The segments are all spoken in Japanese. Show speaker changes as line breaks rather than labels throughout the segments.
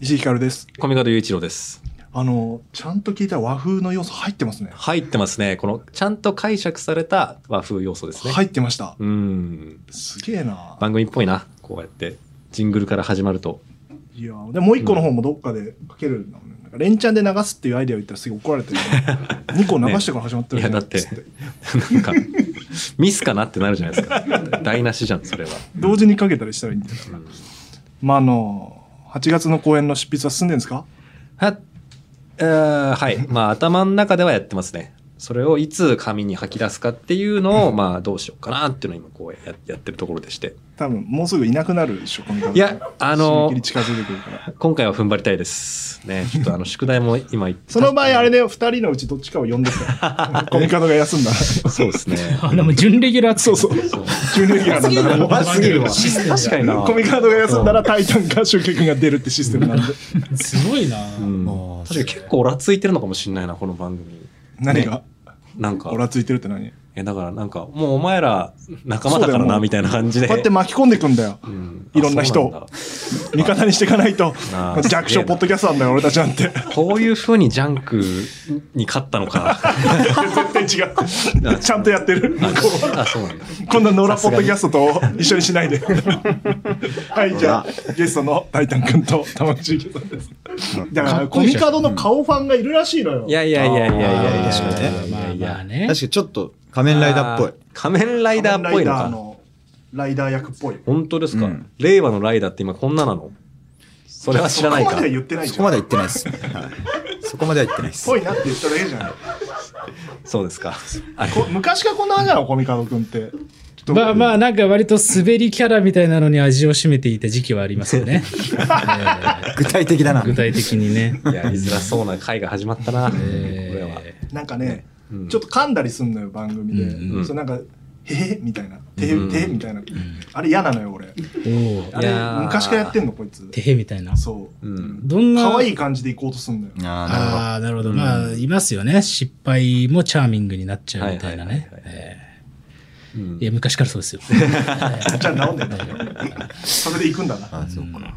石井ひかるです。
上方雄一郎です。
あの、ちゃんと聞いた和風の要素入ってますね。
入ってますね。この、ちゃんと解釈された和風要素ですね。
入ってました。
うん。
すげえな。
番組っぽいな。こうやって、ジングルから始まると。
いやでもう一個の方もどっかでかけるんだもんね。なんか連チャンで流すっていうアイデアを言ったらすぐ怒られ てる。2個流してから始まってるじゃん
ねいやだ って
つて
なんか、ミスかなってなるじゃないですか。台無しじゃん、それは。
同時にかけたりしたらいいんだよ。
うん
まあ、あの、8月の公演の執筆は進んでるんですか
は、えーはい。まあ、頭の中ではやってますね。それをいつ紙に吐き出すかっていうのを、まあ、どうしようかなっていうのを今、こうややってるところでして。
多分もうすぐいなくなるでしょ、この方
いや、あ
締
の
め切り、近づいてくるから。
今回は踏ん張りたいです。ね、ちょっとあの、宿題も今、
その場合、あれだよ、2人のうちどっちかを呼んでくから。コミカドが休ん だら。
そうですね。
あ、でも準レギュラー
そうそう。
そう
準レギュラーなんだから。
怖すぎるわ。
システム
確かにな。
コミカドが休んだらタイタンか集客が出るってシステムなんで。
う。すごいな。
うん
もう
確かに結構オラついてるのかもしれないな、この番組。
何が
なんか
オ、ラついてるって何
えだからなんか、もうお前ら仲
そう
間だから
だよも
な、
う
みたいな感じで。
こうやって巻き込んでいくんだよ。
うん
いろんな人を
あそうだ
味方にしていかないと
あー
弱小ポッドキャストなんだよ俺たちなんて
こういう風にジャンクに勝った のか。
絶対違うちゃんとやってる
あ、
こ
あそうなんだ。
うこんな野良ポッドキャストと一緒にし ないではいじゃあゲストのタイタン君と玉口ゆきさんですだからコミカドの顔ファンがいるらしいのよ
いやいやいやいやいやいや。
あー確かに
い
ま
や
あ
い
まあ
や。
ね。
確かにちょっと仮面ライダーっぽい。
あー。仮面ライダーっぽ
ライ
いの
ダー
か。
のライダー役っぽい
本当ですか、
うん
令和のライダーって今こんななのそれは知らない
そこ
か
まで。は言ってないじゃ
そこ
ん
までは言ってないです。はいそこまでは言ってないです
ぽ。いなって言ったらええじゃん
そうですか。あれ
こ昔からこんな感じなのコミカド君って
まあま
あ
あなんか割と滑りキャラみたいなのに味を占めていた時期はありますよね。
具体的だな。
具体的にね。
やりづらそうな回が始まったな。これは。
え
なんかね
うん
ちょっと噛んだりすんのよ番組で、
うん
うん
それなんか「へへ」みたいな「てへ」
うん
てへみたいな、あれ嫌なのよ俺
ーおお。
あれ
いやー
昔からやってんのこいつ
てへみたいな。
そうう、
ん。
どんな。
可愛い感じで行こうとすんのよ
ああ、なるほど。
ああ、なるほど。まあ、いますよね。失敗もチャーミングになっちゃうみたいなね
はいはい。はいはい
え
うん
ーいや、昔からそうですよ。
じゃあ直んねんなそれで行くんだな
あそうか。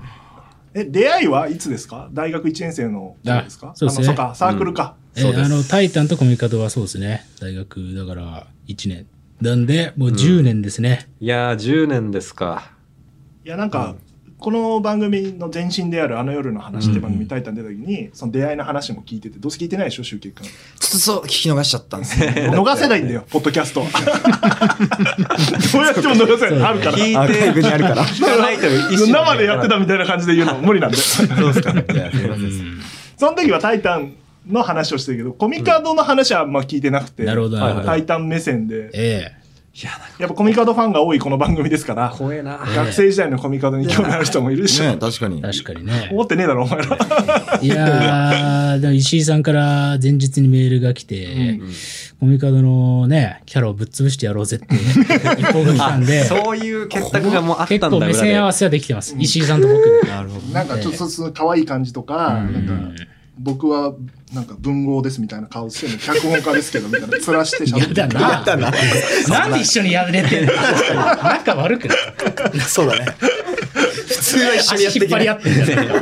え出会いはいつですか大学1年生の頃ですか
あそうですね
あのそうかサークルか、
えーあの、タイタンとコミカドはそうですね。大学、だから、1年。なんで、もう10年ですね。
いやー、10年ですか。
いやなんか、この番組の前身である「あの夜の話」って番組タイタン出た時に、その出会いの話も聞いててどうせ聞いてないでしょ集計君
ちょっとそう、聞き逃しちゃったんですね。
逃せないんだよポッドキャストはどうやっても逃せないあるから
聞
ア
い
ーカイ
て、
ブにあるから。
聞かないと意思
生でやってたみたいな感じで言うの無理なんでそ
そうですかね。いや、すいません。
の時は「タイタン」の話をしてるけどコミカドの話はあんま聞いてなくて、
なるほど、なるほど。
タイタン目線で
え
いや、なんか
やっぱコミカドファンが多いこの番組ですから
怖えな。
学生時代のコミカドに興味ある人もいるでしょ、
ね確か
え
に。
確かにね。
思ってねえだろお前ら
いやー、でも石井さんから前日にメールが来て、コミカドのね、キャラをぶっ潰してやろうぜって一報が来たんで、
そういう結託がもうあったん
結
だ
構目線合わ
裏で
せはできてます。石井さんと僕で。
なるほど。
なんかちょっとその可愛い感じとか,、なんか僕はなんか文豪ですみたいな顔してるの脚本家ですけどみたいなつらしてしゃべ
や
って
だ
る
な。なんで一緒にやれてんの仲悪くない
そうだね。普通は一緒にやっ
足
てけ
引っ張
ない
り合ってんじゃないか。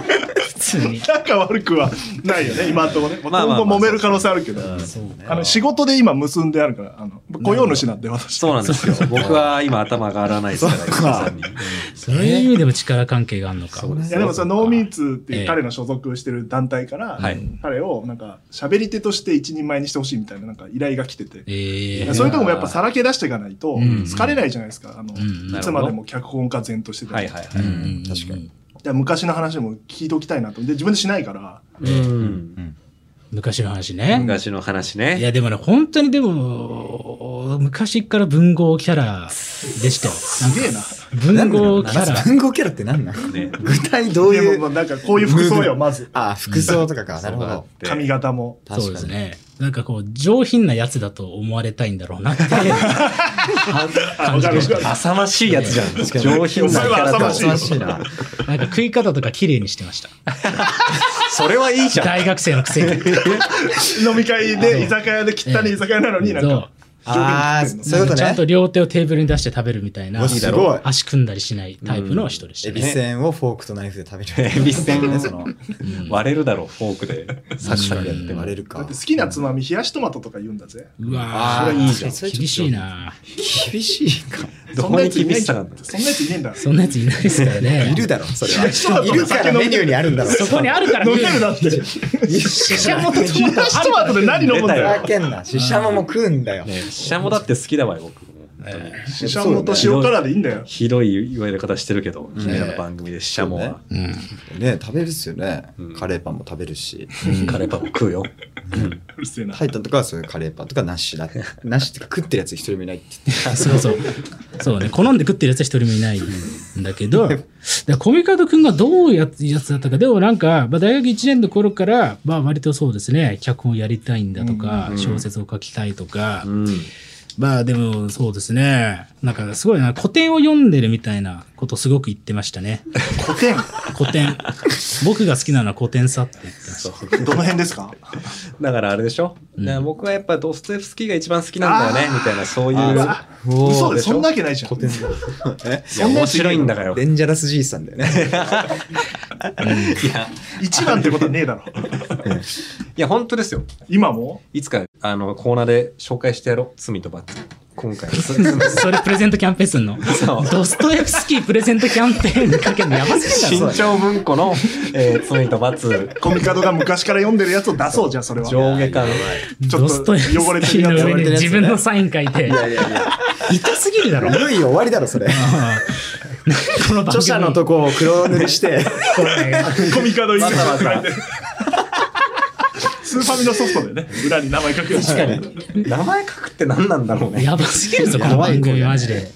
普通に。
仲悪くはないよね今のところね、
まあまあまあ
今後揉める可能性あるけど、
そうね。
あの仕事で今結んであるからあの雇用主なんで私
そうなんですよ。僕は今頭が上がらないですから、石井さんに。
そういう意味でも力関係があるのか。
いやでもそのノーミーツってい
ええ
う彼の所属してる団体から、
はい
彼をなんか喋り手として一人前にしてほしいみたいななんか依頼が来てて、
ええ
そういうとこもやっぱさらけ出していかないと
ん
好かれないじゃないですか、あの
ん
いつまでも脚本家前としてて、
はいはいは
う
い。
ん
確かに。
で昔の話も聞いておきたいなとで自分でしないから
うん。
昔の話ね。
昔の話
い
ね。
や、でもね、本当にでも、昔から文豪キャラでしたよ。
すげえな
文豪キ
ま
ャ
ず
ラ。
文豪キャラって何なの
ね
具体どう
で
い
もまあ
う。
なんかこういう服装よ、まず。
あ、服装とかか。なるほ
そうだっ
ど。
て
髪型も。
確かに
そうですね。なんかこう、上品なやつだと思われたいんだろうなって。
あ、わかるわかる。
浅ましいやつじゃん。
かに
上品なキャラと
それは浅ましいよ
な。
なんか食い方とか綺麗にしてました。
それはいいじゃん。
大学生のくせに。
飲み会で居酒屋で切ったね居酒屋なのになん
そう
か。
ああ、そういうこと
ちゃ
ね
んと。両手をテーブルに出して食べるみたいな
わ。すごい。
足組んだりしないタイプの人でし
エ
た
ビ
ね。
せんをフォークとナイフで食べる。
エビせん
ねその
割れるだろう、フォークで。サクサクやっても
割れる
だ
か
って。好きなつまみ冷やしトマトとか言うんだぜ。
う
あ
わ
あ、
ー
いいじゃん。
厳しい。な
厳しいか。
ど
そん
こ
なや
に
つい
厳
ないん
しさ
だっ
があるんだ
て。そんなやついねえんだ。
そんなやついないですからね
い。るだろ、それ
そう
は。いるからメニューにあるんだろ。
そこにあるから
飲め
見え
る
る
なって。冷
シシャモとトマト
やしトマトで何飲むんだ
ふざ
よ。
けんな。シシャモも食うんだよ。
ね、シシャモだって好きだわよ、僕。
シシャモと塩辛でいいんだよ。
ひどい言われ方してるけど、君らの番組でシシャモは。
ね食べるっすよね。カレーパンも食べるし。
カレーパンも食うよ。
うるせえな。
タイタンとかはそういうカレーパンとかなしだ。なしってか食ってるやつ一人もいないって言って。
あそうそう。そうね。好んで食ってるやつは一人もいないんだけど、だからコミカド君がどういうやつやつだったか、でもなんか、まあ、大学1年の頃から、まあ割とそうですね、脚本やりたいんだとか、小説を書きたいとか、
うん。
まあでもそうですね、なんかすごいな、古典を読んでるみたいなことすごく言ってましたね。
古典
古典。僕が好きなのは古典さって言ってました。
どの辺ですか
だからあれでしょ、だから僕はやっぱドストエフスキーが一番好きなんだよね、みたいな、そういう。
嘘で
しょ
そんなわけないじゃん。古典
え
いや、面白いんだからよ。
デンジャラスじいさんだよね。
一番ってことはねえだろ。
いや、本当ですよ。
今も
いつか、あの、コーナーで紹介してやろう。罪と罰。今回は罪と罰。
それプレゼントキャンペーンすんの
そう
ドストエフスキープレゼントキャンペーンにかけるのやばすぎだ
新潮
ろ。
文庫の、えー、罪と罰、
コミカドが昔から読んでるやつを出そうじゃん、それは。
上下感。
ちょ
ド
っ
ス
と
トエフスキ
汚れてる
ー
やつ
の
汚
上
れてる
に
やつ
自分のサイン書いて、痛すぎ るだろ。
いよいよ終わりだろ、 それ。
この番組
著者のとこを黒塗りして、
これ
コミカドいい
わざわざ
スーファミのソフトでね、裏に名前書くようにして
名前書くって何なんだろうね。
やばすぎるぞ、こ
や
の
ばい
番
子だね
組、マジで。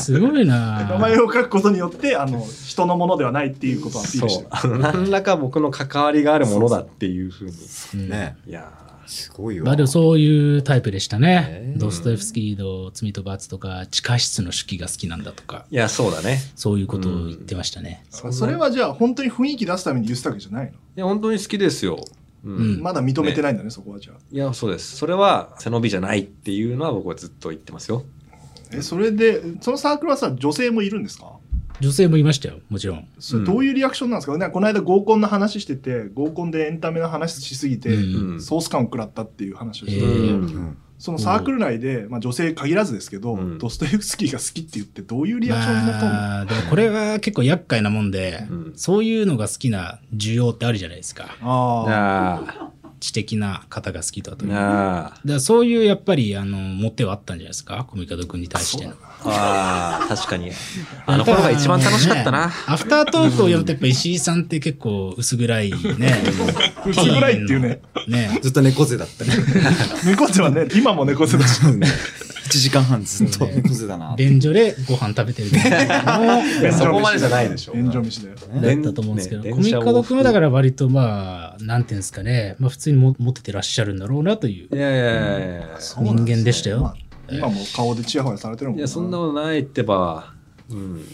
すごいな
名前を書くことによって、あの、人のものではないっていうことをアピー
そ
ルして
う
る。。
あの、何らか僕の関わりがあるものだっていうふう に。
ね、
いや
すごいわ。
まあでもそういうタイプでしたね
え。ー
ドストエフスキーの罪と罰とか、地下室の手記が好きなんだとか、
ーいや、そうだね。
そういうことを言ってましたね。
それはじゃあ、本当に雰囲気出すために言ってたわけじゃないの、
いや、本当に好きですよ。うん。
うん
まだ認めてないんだね、そこはじゃあ。
いや、そうです。それは背伸びじゃないっていうのは僕はずっと言ってますよ。
え、それで、そのサークルはさ、女性もいるんですか
女性もいましたよ、もちろん。
それどういうリアクションなんですか、ねこの間合コンの話してて合コンでエンタメの話しすぎて、
うん
ソース感を食らったっていう話をして、
えー
うん
そのサークル内で、まあ、女性限らずですけど、
うん
ドストエフスキーが好きって言ってどういうリアクションのトーン
まあ、でもこれは結構厄介なもんで、
うん
そういうのが好きな需要ってあるじゃないですか。
ああ
あ
知的な方が好きだと
あ。
いう。だか
なあ。
らそういうやっぱり、あの、モテはあったんじゃないですか、コミカド君に対しての。
ああ、確かに。あの頃が一番楽しかったな。
アフタートークを読むとやっぱ石井さんって結構薄暗いね。
薄暗いっていうね。
ね。
ずっと猫背だったね。
猫背はね今も猫背だ し
1時間半ずっと猫背だな。
便所でご飯食べてるみたいなの
いやそこまでじゃないでしょ。
炎上飯だよ
だったと思うんですけ ど、
ね
コミカド君はだから割とまあ、なんていうんですかね、まあ普通にもモテてらっしゃるんだろうなという
いやいやいやいや。
人間でしたよ。
まあ今も顔でチヤホヤされてるもん
いや、そんなことないってば。うん。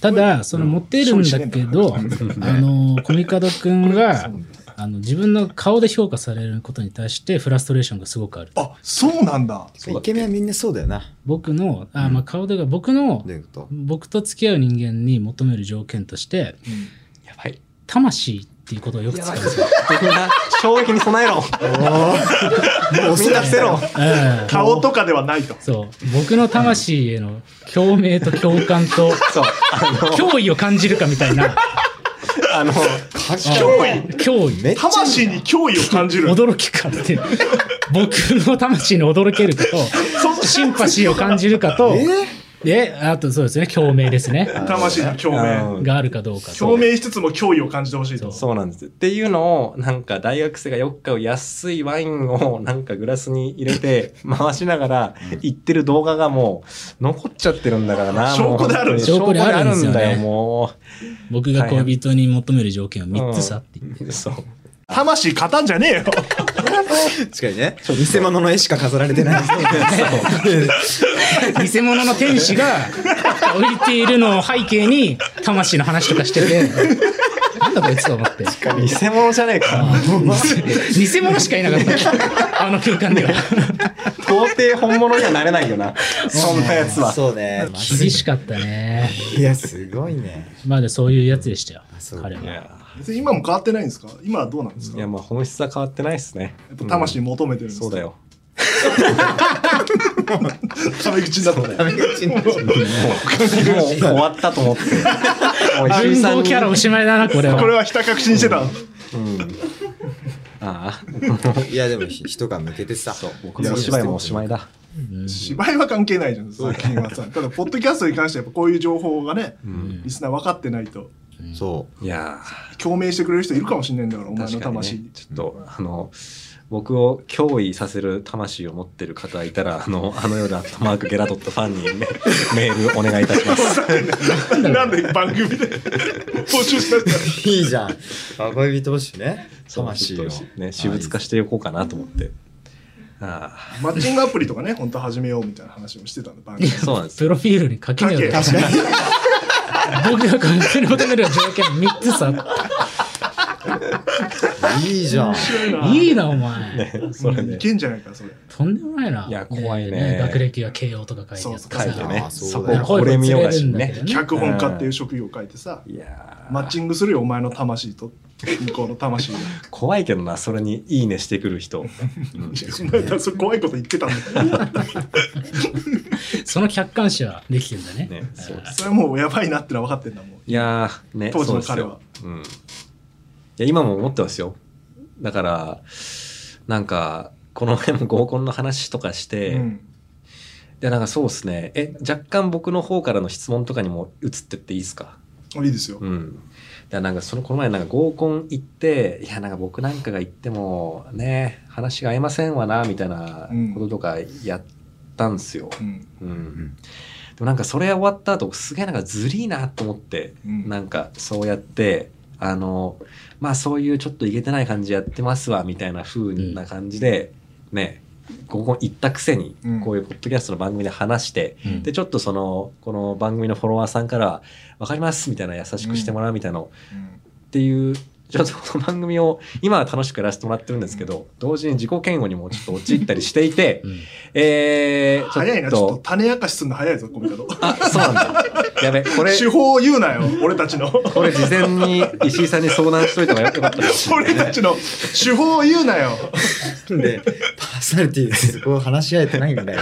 ただそのモテるんだけ ど、あのコミカドくんがあの自分の顔で評価されることに対してフラストレーションがすごくある。
あそうなんだ
イケメンはみんなそうだよな。
僕のあまあ顔でが僕
ど
の
ういうこと
僕と付き合う人間に求める条件として
やばい。
魂っていうことをよく使うんですよ。
衝撃に備えろ。
もう
みんな伏せろ。
ええ
顔とかではないと
そう僕の魂への共鳴と共感と
そう。あの、
脅威を感じるかみたいな
あの、
脅威
脅威
めっちゃ
魂に脅威を感じる
驚きかって僕の魂に驚けるかとシンパシーを感じるかと
え
で、あとそうですね、共鳴ですね。
魂に共鳴。
うん
があるかどうかと。
共鳴しつつも脅威を感じてほしいと。
そうなんです。っていうのを、なんか大学生がよく買う安いワインをなんかグラスに入れ て回しながら行ってる動画がもう残っちゃってるんだからな。
証拠である
もう
証拠であるんですよね
証拠であるんだよ、も
僕が恋人に求める条件は3つさって言って。
う。そう。
魂勝たんじゃねえよ。
確かにね。偽物の絵しか飾られてないですね。
偽物の天使が置いているのを背景に魂の話とかしてて、なんだこいつと思って。
偽物じゃねえか。
偽物しかいなかった。あの空間では。
到底本物にはなれないよ な。そんなやつは。
そうね。
厳しかったね。
いや、すごいね。
まあでそういうやつでしたよ
あそ、う
彼
い
は。
や
別に今も変わってないんですか今はどうなんです
い
か
や、まあ本質は変わってないですね
やっ。ぱ魂求めてるん
う
で
ん
す
そうだ。よ。
タメ口になったね。
もう終わったと思って。もう石井
人
さん
造
に
キャラおしまいだな、こ れ
これ
は。
はひた隠しにしてた。
あ
いや、でも、ひ人が向けてさ。そう、
あ、お芝居もおしまいだ。
芝居は関係ないじゃん、最近はさ。ただ、ポッドキャストに関してはやっぱこういう情報がね、リスナー分かってないと、
そ
いや
共鳴してくれる人いるかもしれないんだから、お
ー、
前の
確かに
魂
ね。ちょっと、あの、僕を脅威させる魂を持ってる方がいたら、あの、あの夜、アットマークゲラドットファンに ね、メールお願いいたし ます。
なんで番組で募集したんだ
う。いいじゃ ん。あ恋人欲しいね。魂を。
ね、私物化していこうかなと思って。ああ、
マッチングアプリとかね、本当始めようみたいな話もしてたんだ、番組。
そうなんです
プ
よ。
ロフィールに書きなよ。
書
僕 が恋人に求める条件3つさ。
いいじゃん。
いいな、お前。
それ
い
ね、
けんじゃないか、それ。
とんでもないな。
いや怖いね
学歴は慶応とか書いてあって
そう
書
さ
いてね
あ、あ
そ
そう
こ
だよ
これ見よがしにね。
脚本家っていう職業を書いてさ、
いやー
マッチングするよ、お前の魂と、向こうの魂を。
怖いけどな、それにいいねしてく る人。
そんなだそう怖いこと言ってたんだよ。
その客観視はできてんだね。
ね、そうです。
それはもうやばいなってのは分かってんだもん。
いやー、ね、
当時の
そう
彼は
ですよ。うん。いや、今も思ってますよ。だから、なんか、この前も合コンの話とかして、
うん
で、なんかそうですね。え、若干僕の方からの質問とかにも移ってっていいですか
いいですよ。
うん。だなんかその、この前なんか合コン行って、いや、なんか僕なんかが行っても、ね、話が合いませんわな、みたいなこととかやったんですよ。
うん
うん。でもなんかそれ終わった後、すげえなんかずりーなと思って、
うん
なんかそうやって、あの、まあそういうちょっといけてない感じやってますわ、みたいな風な感じで、ね、ここ行ったくせに
うん、
こういうポッドキャストの番組で話して、
うん
で、ちょっとその、この番組のフォロワーさんからは、わかりますみたいな優しくしてもらうみたいなの
うん
っていう、ちょっとこの番組を、今は楽しくやらせてもらってるんですけど、同時に自己嫌悪にもちょっと陥ったりしていて
う、ん
えー、
早いな、ちょっと種明かしするの早いぞ、コミカド。
あ、そうなんだ。やべ、これ、
手法を言うなよ、俺たちの。
これ事前に石井さんに相談しといた方がよかったかもしれない
俺たちの手法を言うなよ。
で、パーソナリティですごい話し合えてないんだよ。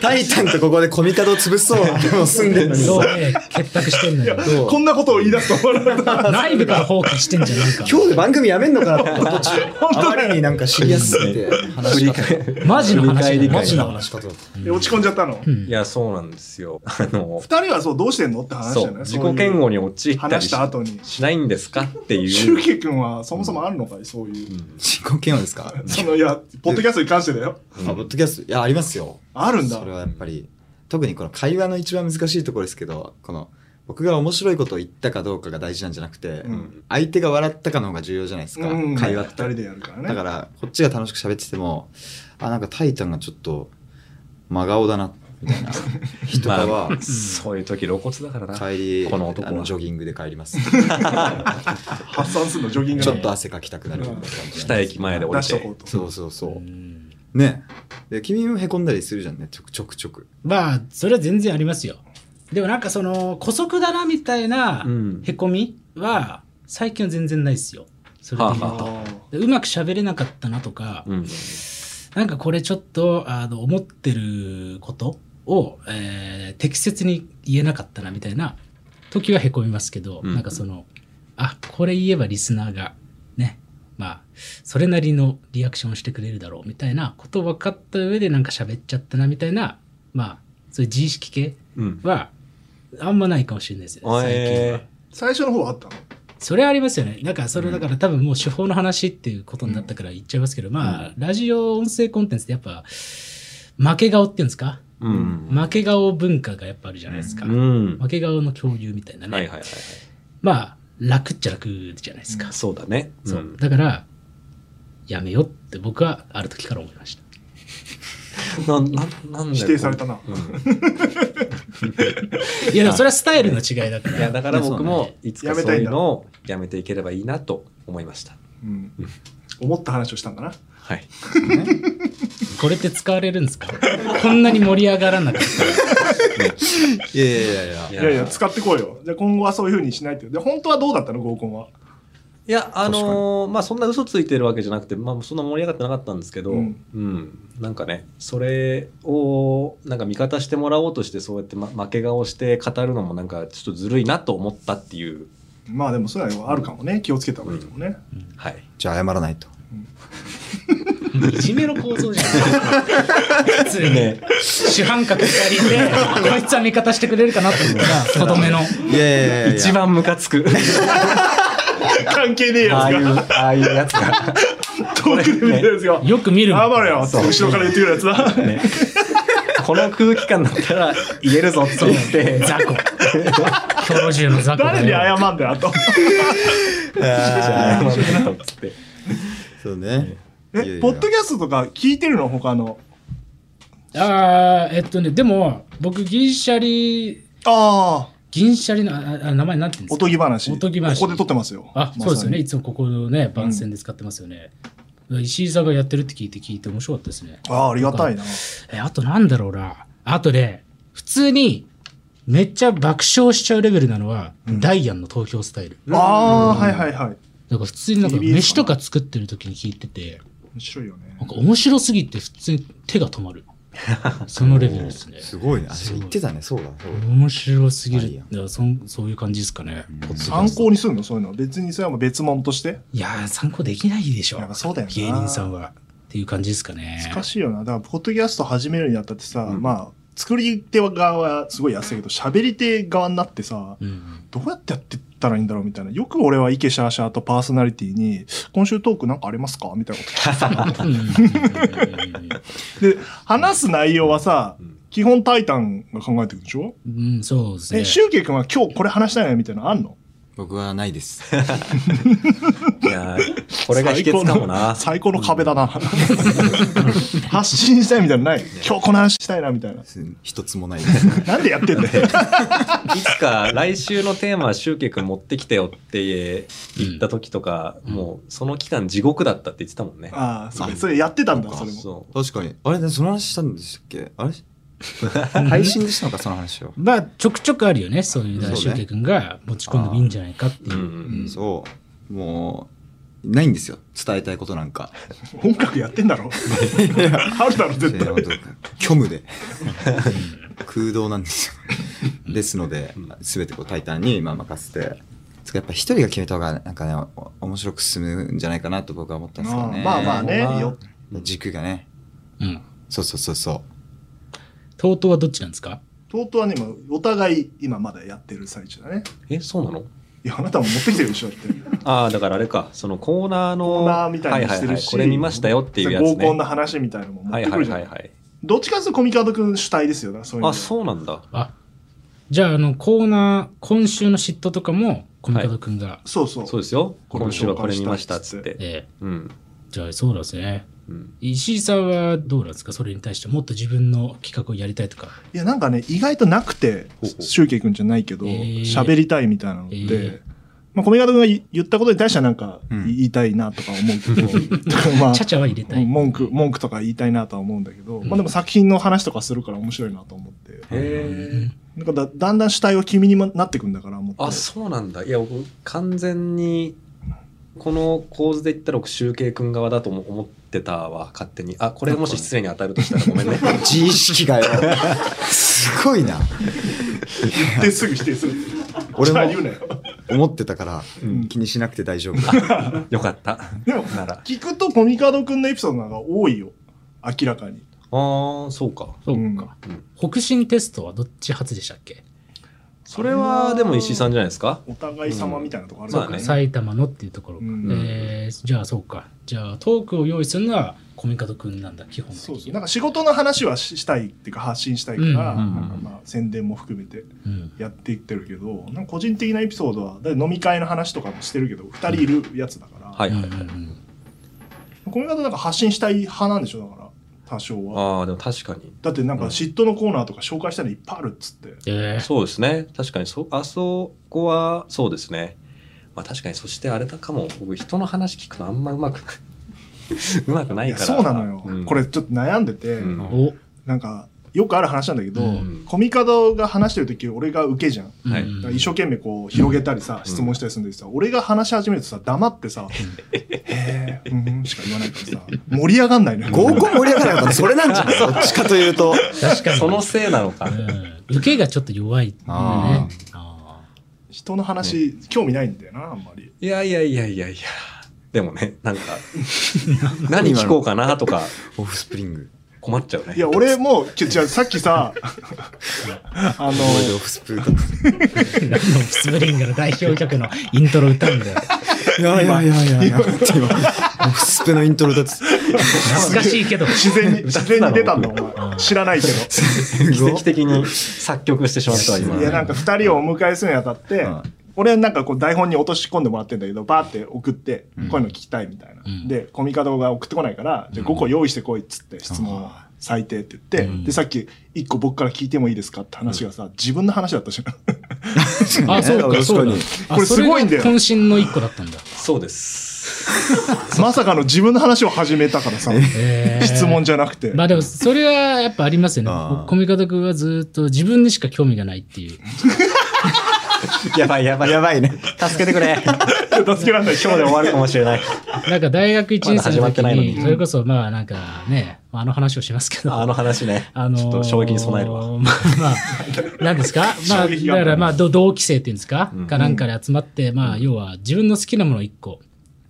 タイタンとここでコミカドを潰そう。でも住んでるのに
そう
さ。
ね、結託してんのよ。
そう
こんなことを言い出すと思わなかった。
内部から放棄してんじゃんないか。
今日で番組やめんのかなと思った途中。あまりになんかシリアスすぎて話し方が。
マジの話
振り返り会
だ
マ
マ
ジ
ジ
な
の話。
話し方だった。
で落ち込んじゃったの。
う
二
い
ん
や、そうなんですよ。あの、
人はそう、どうしてんのって話じ
そ
ゃ
う、
ない
自
そうい
己
う
嫌悪に陥ったり
話し
した
後に。
しないんですかって
シュウ
いう。
ケ君はそもそもあるのかい、そういう。
自己嫌悪ですか
その、いや、ポッドキャストに関してだよ。
あ、ポッドキャスト、いや、ありますよ。
あるんだ
それ。はやっぱり、特にこの会話の一番難しいところですけど、この、僕が面白いことを言ったかどうかが大事なんじゃなくて、
うん
相手が笑ったかの方が重要じゃないですか、
うん
会話って。
二人でやるからね。
だから、こっちが楽しく喋ってても、あ、なんかタイタンがちょっと、真顔だな、みたいな人とかは
まあ、、そういう時露骨だからな。
帰り、
この男
あの
は。
ジョギングで帰ります。
発散するの、ジョギング
ち
な
ょ
の
っと汗かきたくなるみたいな感じ。
二駅前で降
出
り
しとこう
て。
と。
そうそうそうう。
ん
ね。で、君もへこんだりするじゃんね、ちょくちょくちょく。
まあ、それは全然ありますよ。でもなんかその、古速だなみたいな
うん
へこみは、最近は全然ないですよ。それで言う
はあは
と。
あー
でうまく喋れなかったなとか、
うん。
なんかこれちょっと、あの、思ってることを、えー適切に言えなかったなみたいな時はへこみますけど、
うん
なんかその、あ、これ言えばリスナーが、ね、まあ、それなりのリアクションをしてくれるだろうみたいなことを分かった上でなんか喋っちゃったなみたいな、まあ、そういう自意識系
うん。
は、あんまないかもしれないですよ、最近は
え。
最初の方はあったの
それありますよね。だから、それ
うん
だから多分もう手法の話っていうことになったから言っちゃいますけど、まあ、ラジオ音声コンテンツってやっぱ、負け顔っていうんですか
ーうん。
負け顔文化がやっぱあるじゃないですか。
うん。
負け顔の共有みたいなね。
はいはいはいはい。
まあ、楽っちゃ楽じゃないですか。
そうだね。
そう
うん
だから、やめようって僕はある時から思いました。
な、な、なんだよ
否定されたな。
うん
いや、でもそれはスタイルの違いだか
いや、
ら。
だから
そう
僕も、いつかそういうのをやめていければいいなと思いました。
うん思った話をしたんだな。
はい。
これって使われるんですかこんなに盛り上がらなかった。
いやいやいや
い
いやいや、使ってこいよ。じゃあ今後はそういうふうにしないって。で、本当はどうだったの合コンは。
いや、あのーまあ、そんな嘘ついてるわけじゃなくて、まあ、そんな盛り上がってなかったんですけど、
う
うんん、なんかね、それを、なんか味方してもらおうとして、そうやって、ま、負け顔して語るのも、なんか、ちょっとずるいなと思ったっていう、
まあでもそれはあるかもね。気をつけた方がいいかもね。
はい。
じゃあ謝らないと。
いじめの構造じ ゃない普通にね、主犯格二人で、 こいつは味方してくれるかなと思ったら、とどめの。
いやいやいやいや。
一番ムカつく。
関係ねえや
ああ
つ
いう、
が、
ああいうやつが。
遠くで見てるや つが、
よく見るもん。
あばれよって後ろから言ってくるやつだ。
ね、この空気感だったら言えるぞって
そう
言って、
雑魚。兵糧銃の雑魚
誰
だ
に
よ。
謝んだよ、 あと。
あー
っつって。
そうね。いやい
え、
や
ポッドキャストとか聞いてるの他の。
ああ、えっとね、でも、僕、銀シャリ、
ああ、
銀シャリの、ああ名前なんて言うんですか
おとぎ話。
おとぎ話
ここで撮ってますよ。
あ、そうですよね。
まさ
い
に。
つもここのね、番宣で使ってますよね。石井さんがやってるって聞いて聞いて面白かったですね。
ああ、ありがたいな。
え、あとなんだろうな。あとね、普通にめっちゃ爆笑しちゃうレベルなのは、ダイアンの投票スタイル。
ああ、はいはいはい。
なんか普通になんか
TBS
飯とか作ってる時に聞いてて、
面白いよね
なん。か面白すぎて普通に手が止まる。 そのレベルですね。
すごいね。あ、それ言ってたね。そうだ。そうだ
面白すぎ
ダ
る
イアン。
いやそんそういう感じですかね。
参考にするのそういうの。別にそれはもう別物として。
いやー、参考できないでしょ。
やっぱそうだよな
芸人さんは。っていう感じですかね。
難しいよな。だから、ポッドキャスト始めるにあたってさ、まあ、作り手側はすごい安いけど、喋り手側になってさ、
うん。
どうやってやってったらいいんだろうみたいな。よく俺はイケシャーシャーとパーソナリティに、今週トークなんかありますかみたいなこと
うんうんうん
聞いて。で、話す内容はさ、基本タイタンが考えてくるでしょ
うん、そうですね
え、。シュウケイ君は今日これ話したいなみたいなのあんの
僕はないです。
いやーこれが秘訣かもな。
最高の最高の壁だ な。発信したいみたいなのない今日この話したいなみたいな。
一つもないです。
なんでやってんだよ。
いつか来週のテーマ、シュウケイ君持ってきてよって言った時とか、もうその期間地獄だったって言ってたもんね。
ああ、それ、それやってたんだ、それも。
そう。
確かに。あれ、その話したんでしたっけあれ 配信でしたのか、その話を。
まあ、ちょくちょくあるよね。そういう、だから、
そう
シ
ね
ュウケイ君が持ち込んでもいいんじゃないかっていう
うんう
うんん。
そう。もう、ないんですよ。伝えたいことなんか。
音楽やってんだ ろあるだろ、絶対。
虚無で。空洞なんですよ。ですので、すべてこう、タイタンにまあ任せて。つうかやっぱ一人が決めた方が、なんかね、お面白く進むんじゃないかなと僕は思ったんですよね。
まあまあね
まあ
よ
軸がね。
うん。
そうそうそうそう。
とうとうはどっちなんですか
とうとうはね今お互い今まだやってる最中だね
え、そうなの
いやあなたも持ってきてるでしょだ って
ああ、だからあれか、そのコーナーの、
コーナーみたいにして
はいはい
る
はい、
し
これ見ましたよっていうやつね。
合コンの話みたいなのも持っ
はい
てく
は
る
い
じゃん、
はいはい。
どっちかというとコミカド君主体ですよなそういう
あ、そうなんだ。
あ、じゃあ、あの、コーナー、今週の嫉妬とかも、コミカド君が、
うそうそう
そうですよ。
これ
今週はこれ見ましたっつっ
紹
て。
ええ
うん。
じゃあ、そうなんですね。
うん
石井さんはどうなんですかそれに対して、もっと自分の企画をやりたいとか。
いやなんかね意外となくて
ほうほう
シュウケイ君じゃないけど
えー
喋、りたいみたいなのって、
えー
まあ、コミカド君が言ったことに対してはなんか
うん
言いたいなとか思うけど、 だからまあ
ちゃちゃは入れたい。
文句文句とか言いたいなとは思うんだけど、
ん
まあでも作品の話とかするから面白いなと思って、
へえ。
なんかだだんだん主体は君にもなってくんだから思って
あ、そうなんだ。いや、僕、完全に、この構図で言ったら、僕、シュウケイ君側だとも思ってたわ、勝手に。あ、これもし失礼に当たるとしたらごめんね。
自意識がよ。すごいな。
言ってすぐ否定 する
俺
じゃあ言うな
も
よ
思ってたから
うん
気にしなくて大丈夫。
よかった。
でも
なら。
聞くとコミカドくんのエピソードの方が多いよ明らかに
ああ、そうか。
そうか。北進テストはどっち発でしたっけ
それはでも石井さんじゃないですか
お互い様みたいなとこある
ま
よ
あね
埼玉のっていうところか。
うん
えーじゃあそうか。じゃあトークを用意するのはコミカドくんなんだ、基本的
そうそう
に
なんか仕事の話はししたいっていうか発信したいから、
うん
なんかまあ宣伝も含めて
うん
やっていってるけどなんか個人的なエピソードはだって飲み会の話とかもしてるけど2人いるやつだから、
はいはいはい。
うんうんうん
この方なんか発信したい派なんでしょだから多少は
ああ、でも確かに。
だってなんか嫉妬のコーナーとか紹介したのいっぱいあるっつって、
えー
そうですね。確かにそ、あそこはそうですね。まあ確かに、そしてあれだかも、僕人の話聞くのあんまうまくない。うまくないい
や
から。
そうなのよ、
うん
これちょっと悩んでて、
うん
お、
なんかよくある話なんだけど、
うん
コミカドが話してる時俺が受けじゃん
はい
うん
だから一生懸命こう広げたりさ、
うん
質問したりするんだけどさ俺が話し始めるとさ黙ってさ「へえうん」しか言わないからさ盛り上がんないのよ
合コン盛り上がらなかった それなんじゃないどっちかというと。
確かに。
そのせいなのか。
うん受けがちょっと弱いんだね。
あ
あー
人の話、興味ないんだよなあんまり
いやいやいやいやいや。でもね、 なんか、何聞こうかなとか
オフスプリング。
困っちゃうね。
いや俺もうじゃあさっきさ
これで
あ
オ
の
フスプリング。
何のスプリングの代表曲のイントロ歌うんだよ。
いやいやいやいやいや。オフスプのイントロだつ。
恥ずかしいけど。
自然に自然に出たんだお前知らないけど
奇跡的に作曲してしまったわ今。
いやなんか2人をお迎えするにあたって、
うん
俺はなんかこう台本に落とし込んでもらってんだけどバーって送って、こういうの聞きたいみたいな、
うん
でコミカドが送ってこないから、じゃあ5個用意してこいっつって質問を最低って言って、
うん
でさっき1個僕から聞いてもいいですかって話がさ、自分の話だったし
あ、そうか、そうだ。あ
これすごいんだよ
それが渾身の一個だったんだ。
そうです。
まさかの自分の話を始めたからさ
えー
質問じゃなくて、
まあでも、それはやっぱありますよね
あー。
コミカド君はずっと自分にしか興味がないっていう。
やばいやばい。
やばいね。
助けてくれ。
助けられない
今日で 終わるかもしれない。
なんか大学1年生
まだ始ま
の
って
時
ないのに
に、それこそまあなんかね、あの話をしますけど。
あの話ね。
あのー
ちょっと衝撃に備えるわ。
まあまあ、何ですかまあ、
衝撃
だ
が
からまあ、ど同期生っていうんですか、
うん
かなんかで集まって、まあ、要は自分の好きなものを一個、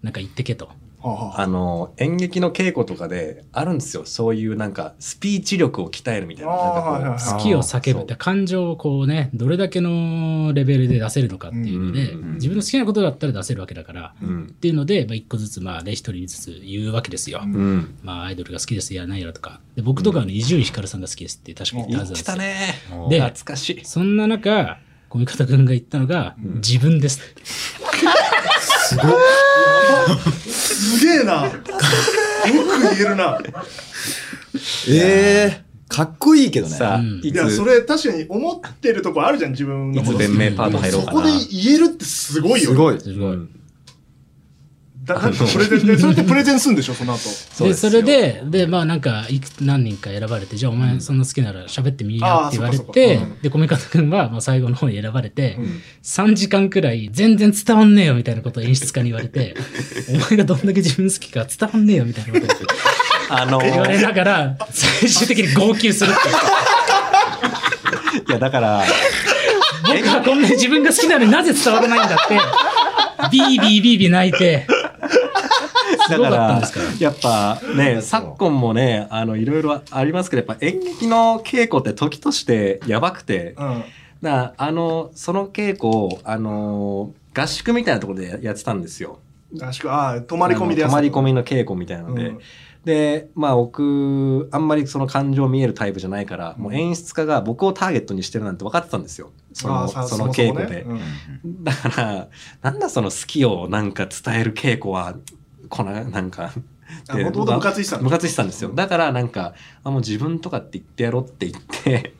なんか言ってけと。
はあはあ
あの、演劇の稽古とかであるんですよ。そういうなんか、スピーチ力を鍛えるみたいな。
あー
なん
はいはい
か
はい
こ
好きを叫
そ
ぶ
う
って感情をこうね、どれだけのレベルで出せるのかっていうので、
うんうん
うん
自分の好きなことだったら出せるわけだから、
う。うん
っ。ていうので、まあ、一個ずつ、まあね、一人ずつ言うわけですよ。
うん。
まあ、アイドルが好きです、やらないやらとか。で僕とかはね伊集院光さんが好きですって確か言った
言
は
っ
ずなんで
て
すよ。
たね。
で
懐かしい。
そんな中、小見方君が言ったのが、自分です。
すげえなよく言えるな
ええかっこいいけどね。
さあ、
うん
い
いや
つ
そ、れ確かに思ってるとこあるじゃん自分の
い
こ
つ
と
弁明パート入ろ
そう
か
こ
な
で。言えるってすごいよ
すごい。
すごい。
だだってそれで でそれでプレゼンするんでしょその後
う
で、
す
そ
よ
れ、で、で、まあなんか、いく何人か選ばれて、じゃあお前そんな好きなら喋ってみなよって言われ
あーそっか
て
そっかう、
で、米方くんはまあ最後の方に選ばれて
ん、
3時間くらい全然伝わんねえよみたいなことを演出家に言われて、お前がどんだけ自分好きか伝わんねえよみたいなことを
あの
言われ
ー、
ながら、最終的に号泣するっていう。
いやだから、
僕はこんなに自分が好きなのになぜ伝わらないんだって、ビービービービー泣いて、
だ
ご
か
かったん
ら
ですから、
やっぱね、昨今もね、あの、いろいろありますけど、やっぱ演劇の稽古って時としてやばくて、
うん
だからあの、その稽古を、あのー、合宿みたいなところでやってたんですよ。
合宿ああ泊まり込みでや
あ
つ
の泊まり込みの稽古みたいなので。
うん
で、まあ僕、あんまりその感情見えるタイプじゃないから、もう演出家が僕をターゲットにしてるなんて分かってたんですよ。そ
あ
の、
あさ
そ
も
の
も
稽
ね
古で。
うん
だから、なんだその好きをなんか伝える稽古は、この、なんか、
あ元々部活してたんだ
部活してたんですよ。だからなんか、あ、もう自分とかって言ってやろうって 言って、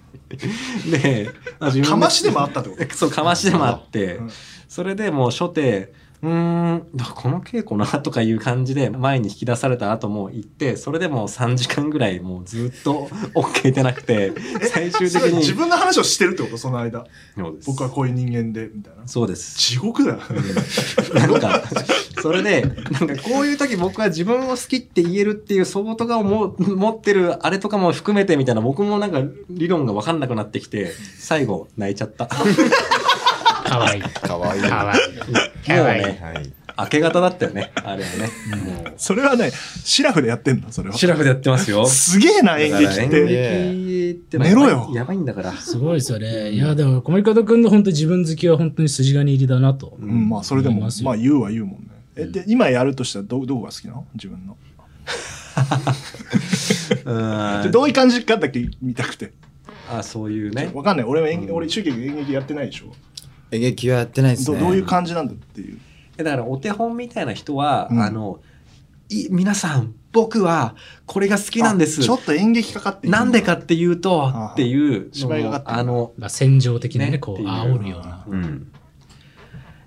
で、あ自分
かましでもあったってこと
え そう、かましでもあって、
うん
それでもう初手、うーん、この稽古なとかいう感じで前に引き出された後も行って、それでもう3時間ぐらいもうずっと OK 出なくて、最終
そ
的
れ
に。
自分の話をしてるってことその間
そうです
僕はこういう人間でみたいな
そうです。
地獄だよ
なんか、それで、なんかこういう時僕は自分を好きって言えるっていう相当が思う持ってるあれとかも含めてみたいな僕もなんか理論がわかんなくなってきて、最後泣いちゃった。
かわいい。
かわいい。
かわいい。
もうね、
はい。
明け方だったよね、あれはね。も
それはね、シラフでやってんだ、それ
う
は。
シラフでやってますよ。
すげえな、演劇っ
だから
て。
ね
演劇ってのは
寝ろよ
やばいんだから。
すごいですよね。いや、でも、コミカド君の本当に自分好きは本当に筋金入りだなと。
うん、まあ、それで
思い
も
ます、よ
まあ、言うは言うもんね。え、で、今やるとしたら、ど、どこが好きなの自分の。でどういう感じかだけ見たくて。
あ、そういうね。
わかんない。俺は演劇、俺、集客演劇やってないでしょ。
演劇はやってないです
ど
ね。
どういう感じなんだっていう。
だからお手本みたいな人は、
うん
あのい皆さん僕はこれが好きなんです
あちょっと演劇かかっている
なんでかっていうと
あ
っていうの
芝居がかってる
あの、
まあ、戦場的なね、
ね
こ
っ
う、
ていう
煽るような。
うん。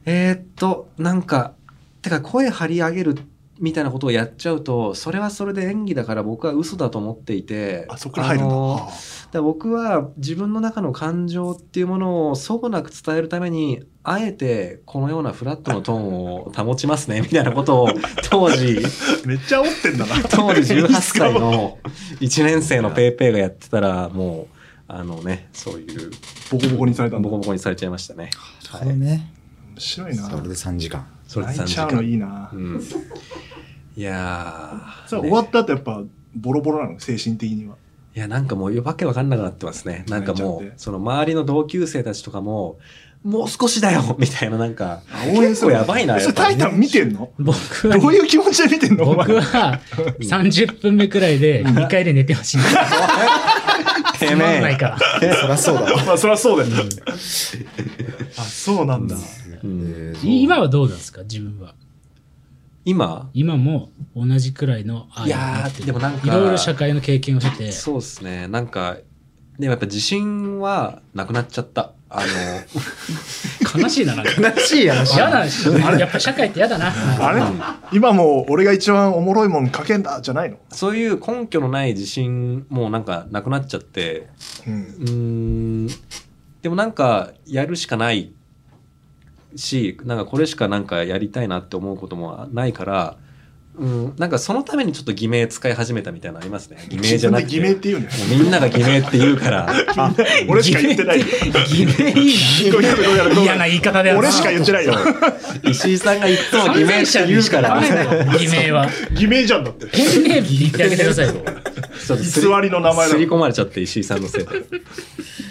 えーっとなんかてか声張り上げるみたいなことをやっちゃうとそれはそれで演技だから僕は嘘だと思っていて
あ、そこから入るんだ。
の
あー
だから僕は自分の中の感情っていうものをそこなく伝えるためにあえてこのようなフラットのトーンを保ちます ねみたいなことを当時
めっちゃ煽ってんだな。
当時18歳の1年生のペーペーがやってたらもうあのねそういう
ボコボコにされたんだ
ボコ。ボコにされちゃいましたね
そうね。
面白いな。
それで3時間。
それで
泣
3
い
時
ちゃうの
間
いいな
う。んいやー
それ
ね
終わった後やっぱボロボロなの精神的には。
いやなんかもうわけわかんなくなってますねなんかも
泣いちゃっ
う
て
その周りの同級生たちとかももう少しだよみ たいななん か
あ応援するの
結構やばいな
それ
やっぱ
タ
り
イタン見てんの
僕は、
どういう気持ちで見てんのお前
僕は30分目くらいで2回で寝てほしいんです。
て
つ
め
まんない
え、
から。
そりゃそうだわ。
まあそりゃそうだよ、ね。あ、そうなんだ。
うん、
えーそう
い今はどうなんですか自分は。
今
今も同じくらいの愛
いや
が
ーでもなんか
いろいろ社会の経験をして、
そうですねなんかでもやっぱ自信はなくなっちゃったあの
悲しいな、なんか。
悲しい話。
嫌だし、やっぱ社会って嫌だな。
あれ今もう俺が一番おもろいもん書けんだじゃないの
そういう根拠のない自信もなんかなくなっちゃって、
うん。
うーん、でもなんかやるしかないし、なんかこれしかなんかやりたいなって思うこともないから、うん、なんかそのためにちょっと偽名使い始めたみたいなのありますね。 偽名じゃなくて。
自分で偽名って言うね。
もうみんなが偽名って言う から。
俺しか言ってない。
偽名いい
ごめんごめんごめんご
な。
めん
嫌な言い方だよな。
俺しか言ってないよ。
石井さんがいつも偽
偽
名
名
って
者
言
に
う
し
か
かダ
ら。
メ
ちょ
だよ。偽名は。
偽名じゃんだって。偽
ペンネームで言ってあげてくださいよ。
っとすり
りの名前だ
す
もん
り込まれちゃって石井さんのせいで。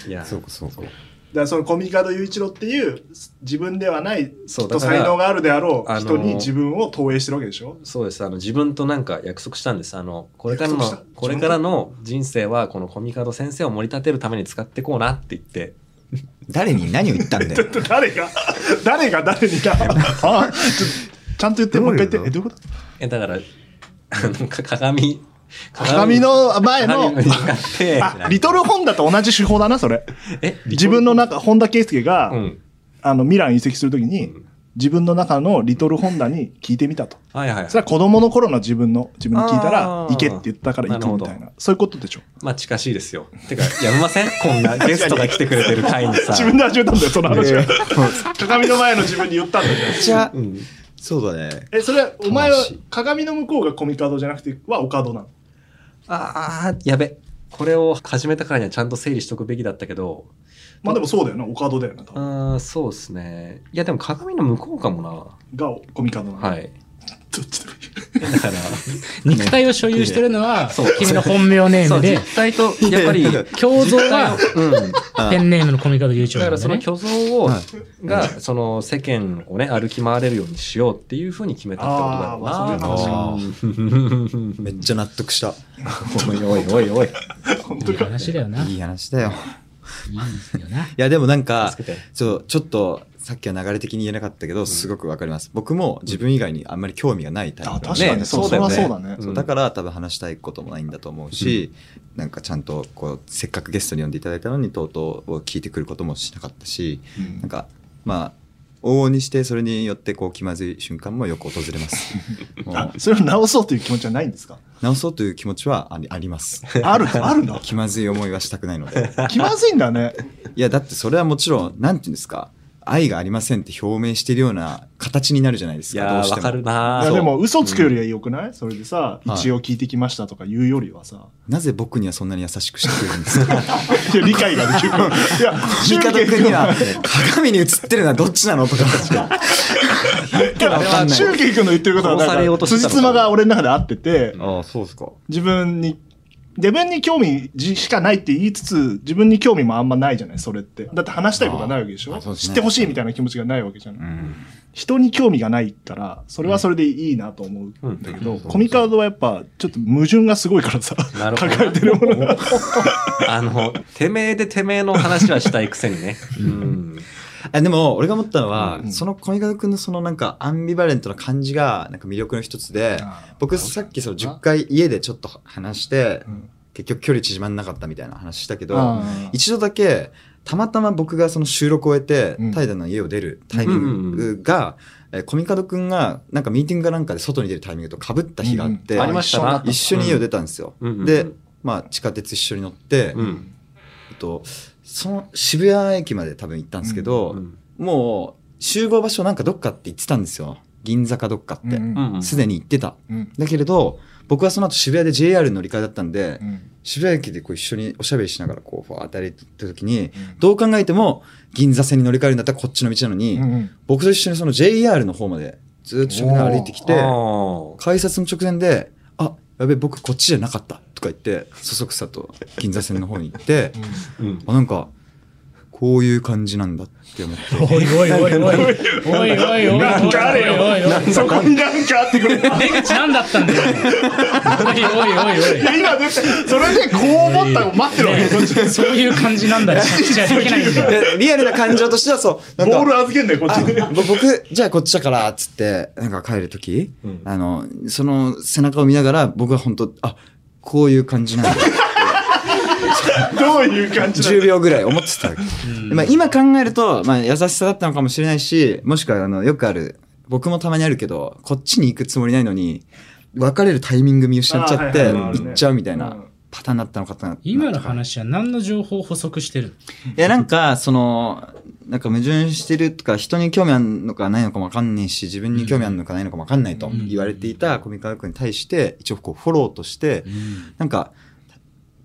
いや、
そうか、そうか。
だからそのコミカド雄一郎っていう自分ではない
そう
と
だから
才能があるであろう人
あの
に
ー
自分を投影してるわけでしょ
そうです。あの、自分となんか約束したんです。あの、これから
約束し
の
た、
これからの人生は、このコミカド先生を盛り立てるために使ってこうなって言って、
誰に何を言ったんだよ。
誰が 誰が誰にだ あちょちゃんと言って
ど
も
う
う
いう
一
の
回言ってえどういうこと
え、だから、あの、か鏡、
鏡の前の
鏡に向かって、
あリトルホンダと同じ手法だなそれ
え、
自分の中本田圭佑が、
うん。
あのミラン移籍するときに、
ん
自分の中のリトルホンダに聞いてみたと
はいはい
そ。れは子供の頃の自分の自分に聞いたら
あー
行けって言ったから行くみた
ないる
なそういうことでしょ
まあ、近しいですよ。てか、やめま せんこんなゲストが来てくれてる回にさ。
自分で始めたんだよその話は、
えー
鏡の前の自分に言ったんだよ
じゃあ
う、ん。
そうだね。
え、それは、お前は
魂
鏡の向こうがコミカドじゃなくて、はオカドなの。
ああ、やべ。これを始めたからにはちゃんと整理しとくべきだったけど、
まあでもそうだよな、オカドだよな、多分
あーそうですね。いや、でも鏡の向こうかも
がコミカドなの。
な。はい。
どっちでもい
だ から、
肉体を所有してるのは、君の本名ネー
そう、
ムで、
実体と、やっ ぱり、
いや
胸像は
うん。
あ
ペンネームのコミカド YouTube
だか
な
ら
ん
そ
で
の
ね。
虚像を
は、
が、その世間をね、歩き回れるようにしようっていうふうに決めたってことだろうな。
あーまあ
そう
うん
めっちゃ納得した。
おいおいおいおい。
い。本
い
当
い
か。
話だよな。い
いい話だよ。
いよな。
いや、でもなんか
助けて、
そう、ちょっと、さっきは流れ的に言えなかったけど、すごくわかります。僕も自分以外にあんまり興味がないタイプな
あ、
んで
確かに、
ね
そう
そうだよね
そりゃそうだね。
そううんだから多分話したいこともないんだと思うし、なんかちゃんとこうせっかくゲストに呼んでいただいたのにとうとうを聞いてくることもしなかったし、
うん
なんかまあ往々にしてそれによってこう気まずい瞬間もよく訪れます も
あ
う、
それを直そうという気持ちはないんですか
直そうという気持ちはありあり ます
ある、あるん だ。
気まずい思いはしたくないので
気まずいんだね。
いやだってそれはもちろんなんていうんですか愛がありませんって表明してるような形になるじゃないです
い
か。ど
や
うして
ー、わ
も
かるなー
いや
そう
でも嘘つくよりはよくない、それでさ、
はい
一応聞いてきましたとか言うよりはさ、
なぜ僕にはそんなに優しくしてくれるんですか
いや理解が できる。いや、
味方君には
俊介
鏡に映ってるのはどっちなのとか。
君
わかんな
の
い
俊介君の言ってることは
殺され
な
よ
ん
う
か、
としてたの
辻
か
褄が俺の中で合ってて、
ああ、そうですか。
自分に、自分に興味しかないって言いつつ、自分に興味もあんまないじゃない、それって。だって話したいことはないわけでしょ、
あーあそうですね
知ってほしいみたいな気持ちがないわけじゃない、
うん。
人に興味がないから、それはそれでいいなと思う。
うん
だけど、コミカードはやっぱ、ちょっと矛盾がすごいからさ、
なるほど
抱えてるものが。
あの、てめえでてめえの話はしたいくせにね。うん。
あでも、俺が思ったのは、
うん
その小見川君のそのなんかアンビバレントな感じが、なんか魅力の一つで、 僕さっきその10回家でちょっと話して、
うん
結局距離縮まんなかったみたいな話したけど、
あー
一度だけたまたま僕がその収録を終えて
うん
怠惰の家を出るタイミングが、えーコミカドくんがなんかミーティングかなんかで外に出るタイミングとかぶった日があって、
うん
ありましたな。
一緒に家を出たんですよ。
うん
で、まあ、地下鉄一緒に乗って、
う
えっ
ん。
と、その渋谷駅まで多分行ったんですけど、
うん
もう集合場所なんかどっかって言ってたんですよ。銀座かどっかって。
うん
うん。
すでに行ってた。
うん
だけれど、僕はその後渋谷で JR 乗り換えだったんで、
うん
渋谷駅でこう一緒におしゃべりしながらこう、ふわーって歩いてた時に、どう考えても銀座線に乗り換えるんだったらこっちの道なのに、
うん
僕と一緒にその JR の方までずっと一緒に歩いてきて
あ、ー
改札の直前で、あ、やべ、僕こっちじゃなかったとか言って、そそくさと銀座線の方に行って、
うん
あ、なんか、こういう感じなんだって思って。
おいおいおいおいおいおいおいおい
なんかあれよ
おいおいおい
そこになんかあってくれ。いや
出口何だったんだよおいおいおいおい
今出て、それでこう思ったの待ってるわけよ、こっち。
そういう感じなんだよじゃできないんだよ
でリアルな感情としてはそう、なん
ボ
か、
ール預けんだよ、こっち
あ
に。
ぼ僕、じゃあこっちだから、つって、なんか帰るとき、あの、その背中を見ながら、僕は本当あ、こういう感じなん だ。
どういう感じ
10秒ぐらい思ってた。まあ、今考えると、まあ、優しさだったのかもしれないし、もしくは、あの、よくある、僕もたまにあるけど、こっちに行くつもりないのに、別れるタイミング見失っちゃって、
あはいはいはい
行っちゃうみたい
うん
なパターンだったのかな。
今の話は何の情報を補足してる
いや、なんか、その、なんか矛盾してるとか、人に興味あるのかないのかもわかんないし、自分に興味あるのかないのかもわかんないと
うん
言われていたコミカル君に対して、一応こうフォローとして、
の
なんか、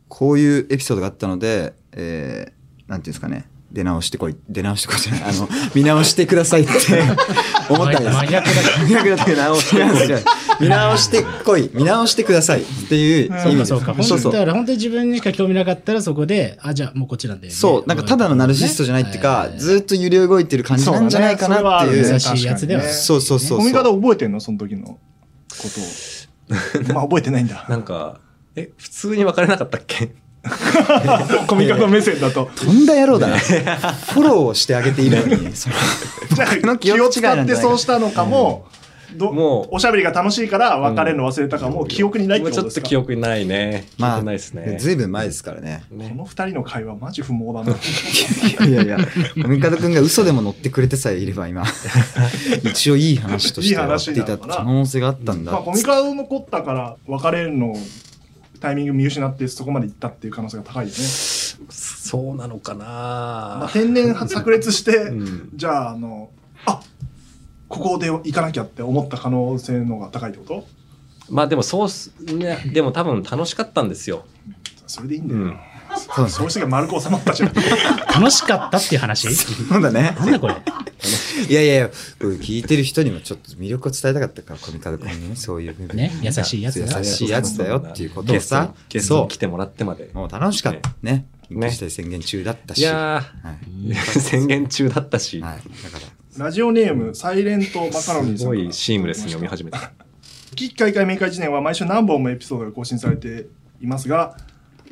こういうエピソードがあったので、えー、なんていうんですかね、出直してこい、出直してこいじゃない、あの、見直してくだ さいって思ったんです。
真逆
見直
だ
して直 して見直してこい、見直してくださいっていう意味
そ
です。
うかそうか。本
そ
当
う
に
そ
だ
う。
から本当に自分にしか興味なかったらそこで、あ、じゃあもうこっちなんだよね。
そう、なんかただのナルシストじゃないっていうか、
ね
ずっと揺れ動いてる感じなんじゃないかなっていう。
そうだ
優
ね
しいやつでは
確かにね
そうそうそう
飲み方
そう。
覚えてんのその時のことを。まあ覚えてないん だ。
なんか、え、普通に別れなかったっけ
コミカド目線だと。
とんだ野郎だな。フォローをしてあげているのに。その
じゃあ気を使ってそうしたのかも、ど
もう
おしゃべりが楽しいから別れるの忘れたかも、記憶にないって
もう
こと
ちょ
で
っ
す
と
か
記憶にないね。記
ま
憶
あ、
にないですね。
ずいぶん前ですからね。
こ
ね
の二人の会話マジ不毛だな。
いやいや、ミカド君が嘘でも乗ってくれてさえいれば今、一応いい話として終わっていた可能性があったんだ
まあ、。コミカド残ったから別れるのタイミング見失ってそこまで行ったっていう可能性が高いよね。
そうなのか
まあ、
な
天然は炸裂して、
ん
じゃああのあここで行かなきゃって思った可能性の方が高いってこと
まあでもそうっす、 ね、でも多分楽しかったんですよ。
それでいいんだ
う
よ、
ん。
そう
そうして丸く収まったじゃん
楽しかったっていう話
だね。
なんだこれ。
いやいやいや、これ聞いてる人にもちょっと魅力を伝えたかったから、コミカド君にね、そういう部分。
ね、優しいやつだ。
優しいやつだよっていうことをさ
ゲストにゲスト
そう
に来てもらってまで。
もう楽しかったね。緊急事態宣言中だったし。
いや
はい
ー、宣言中だったし、
はい。だから、
ラジオネームサイレントマカロニー
す
さん
ご
から
いシームレスに読 み始めた。
月開会明快時年は毎週何本もエピソードが更新されていますが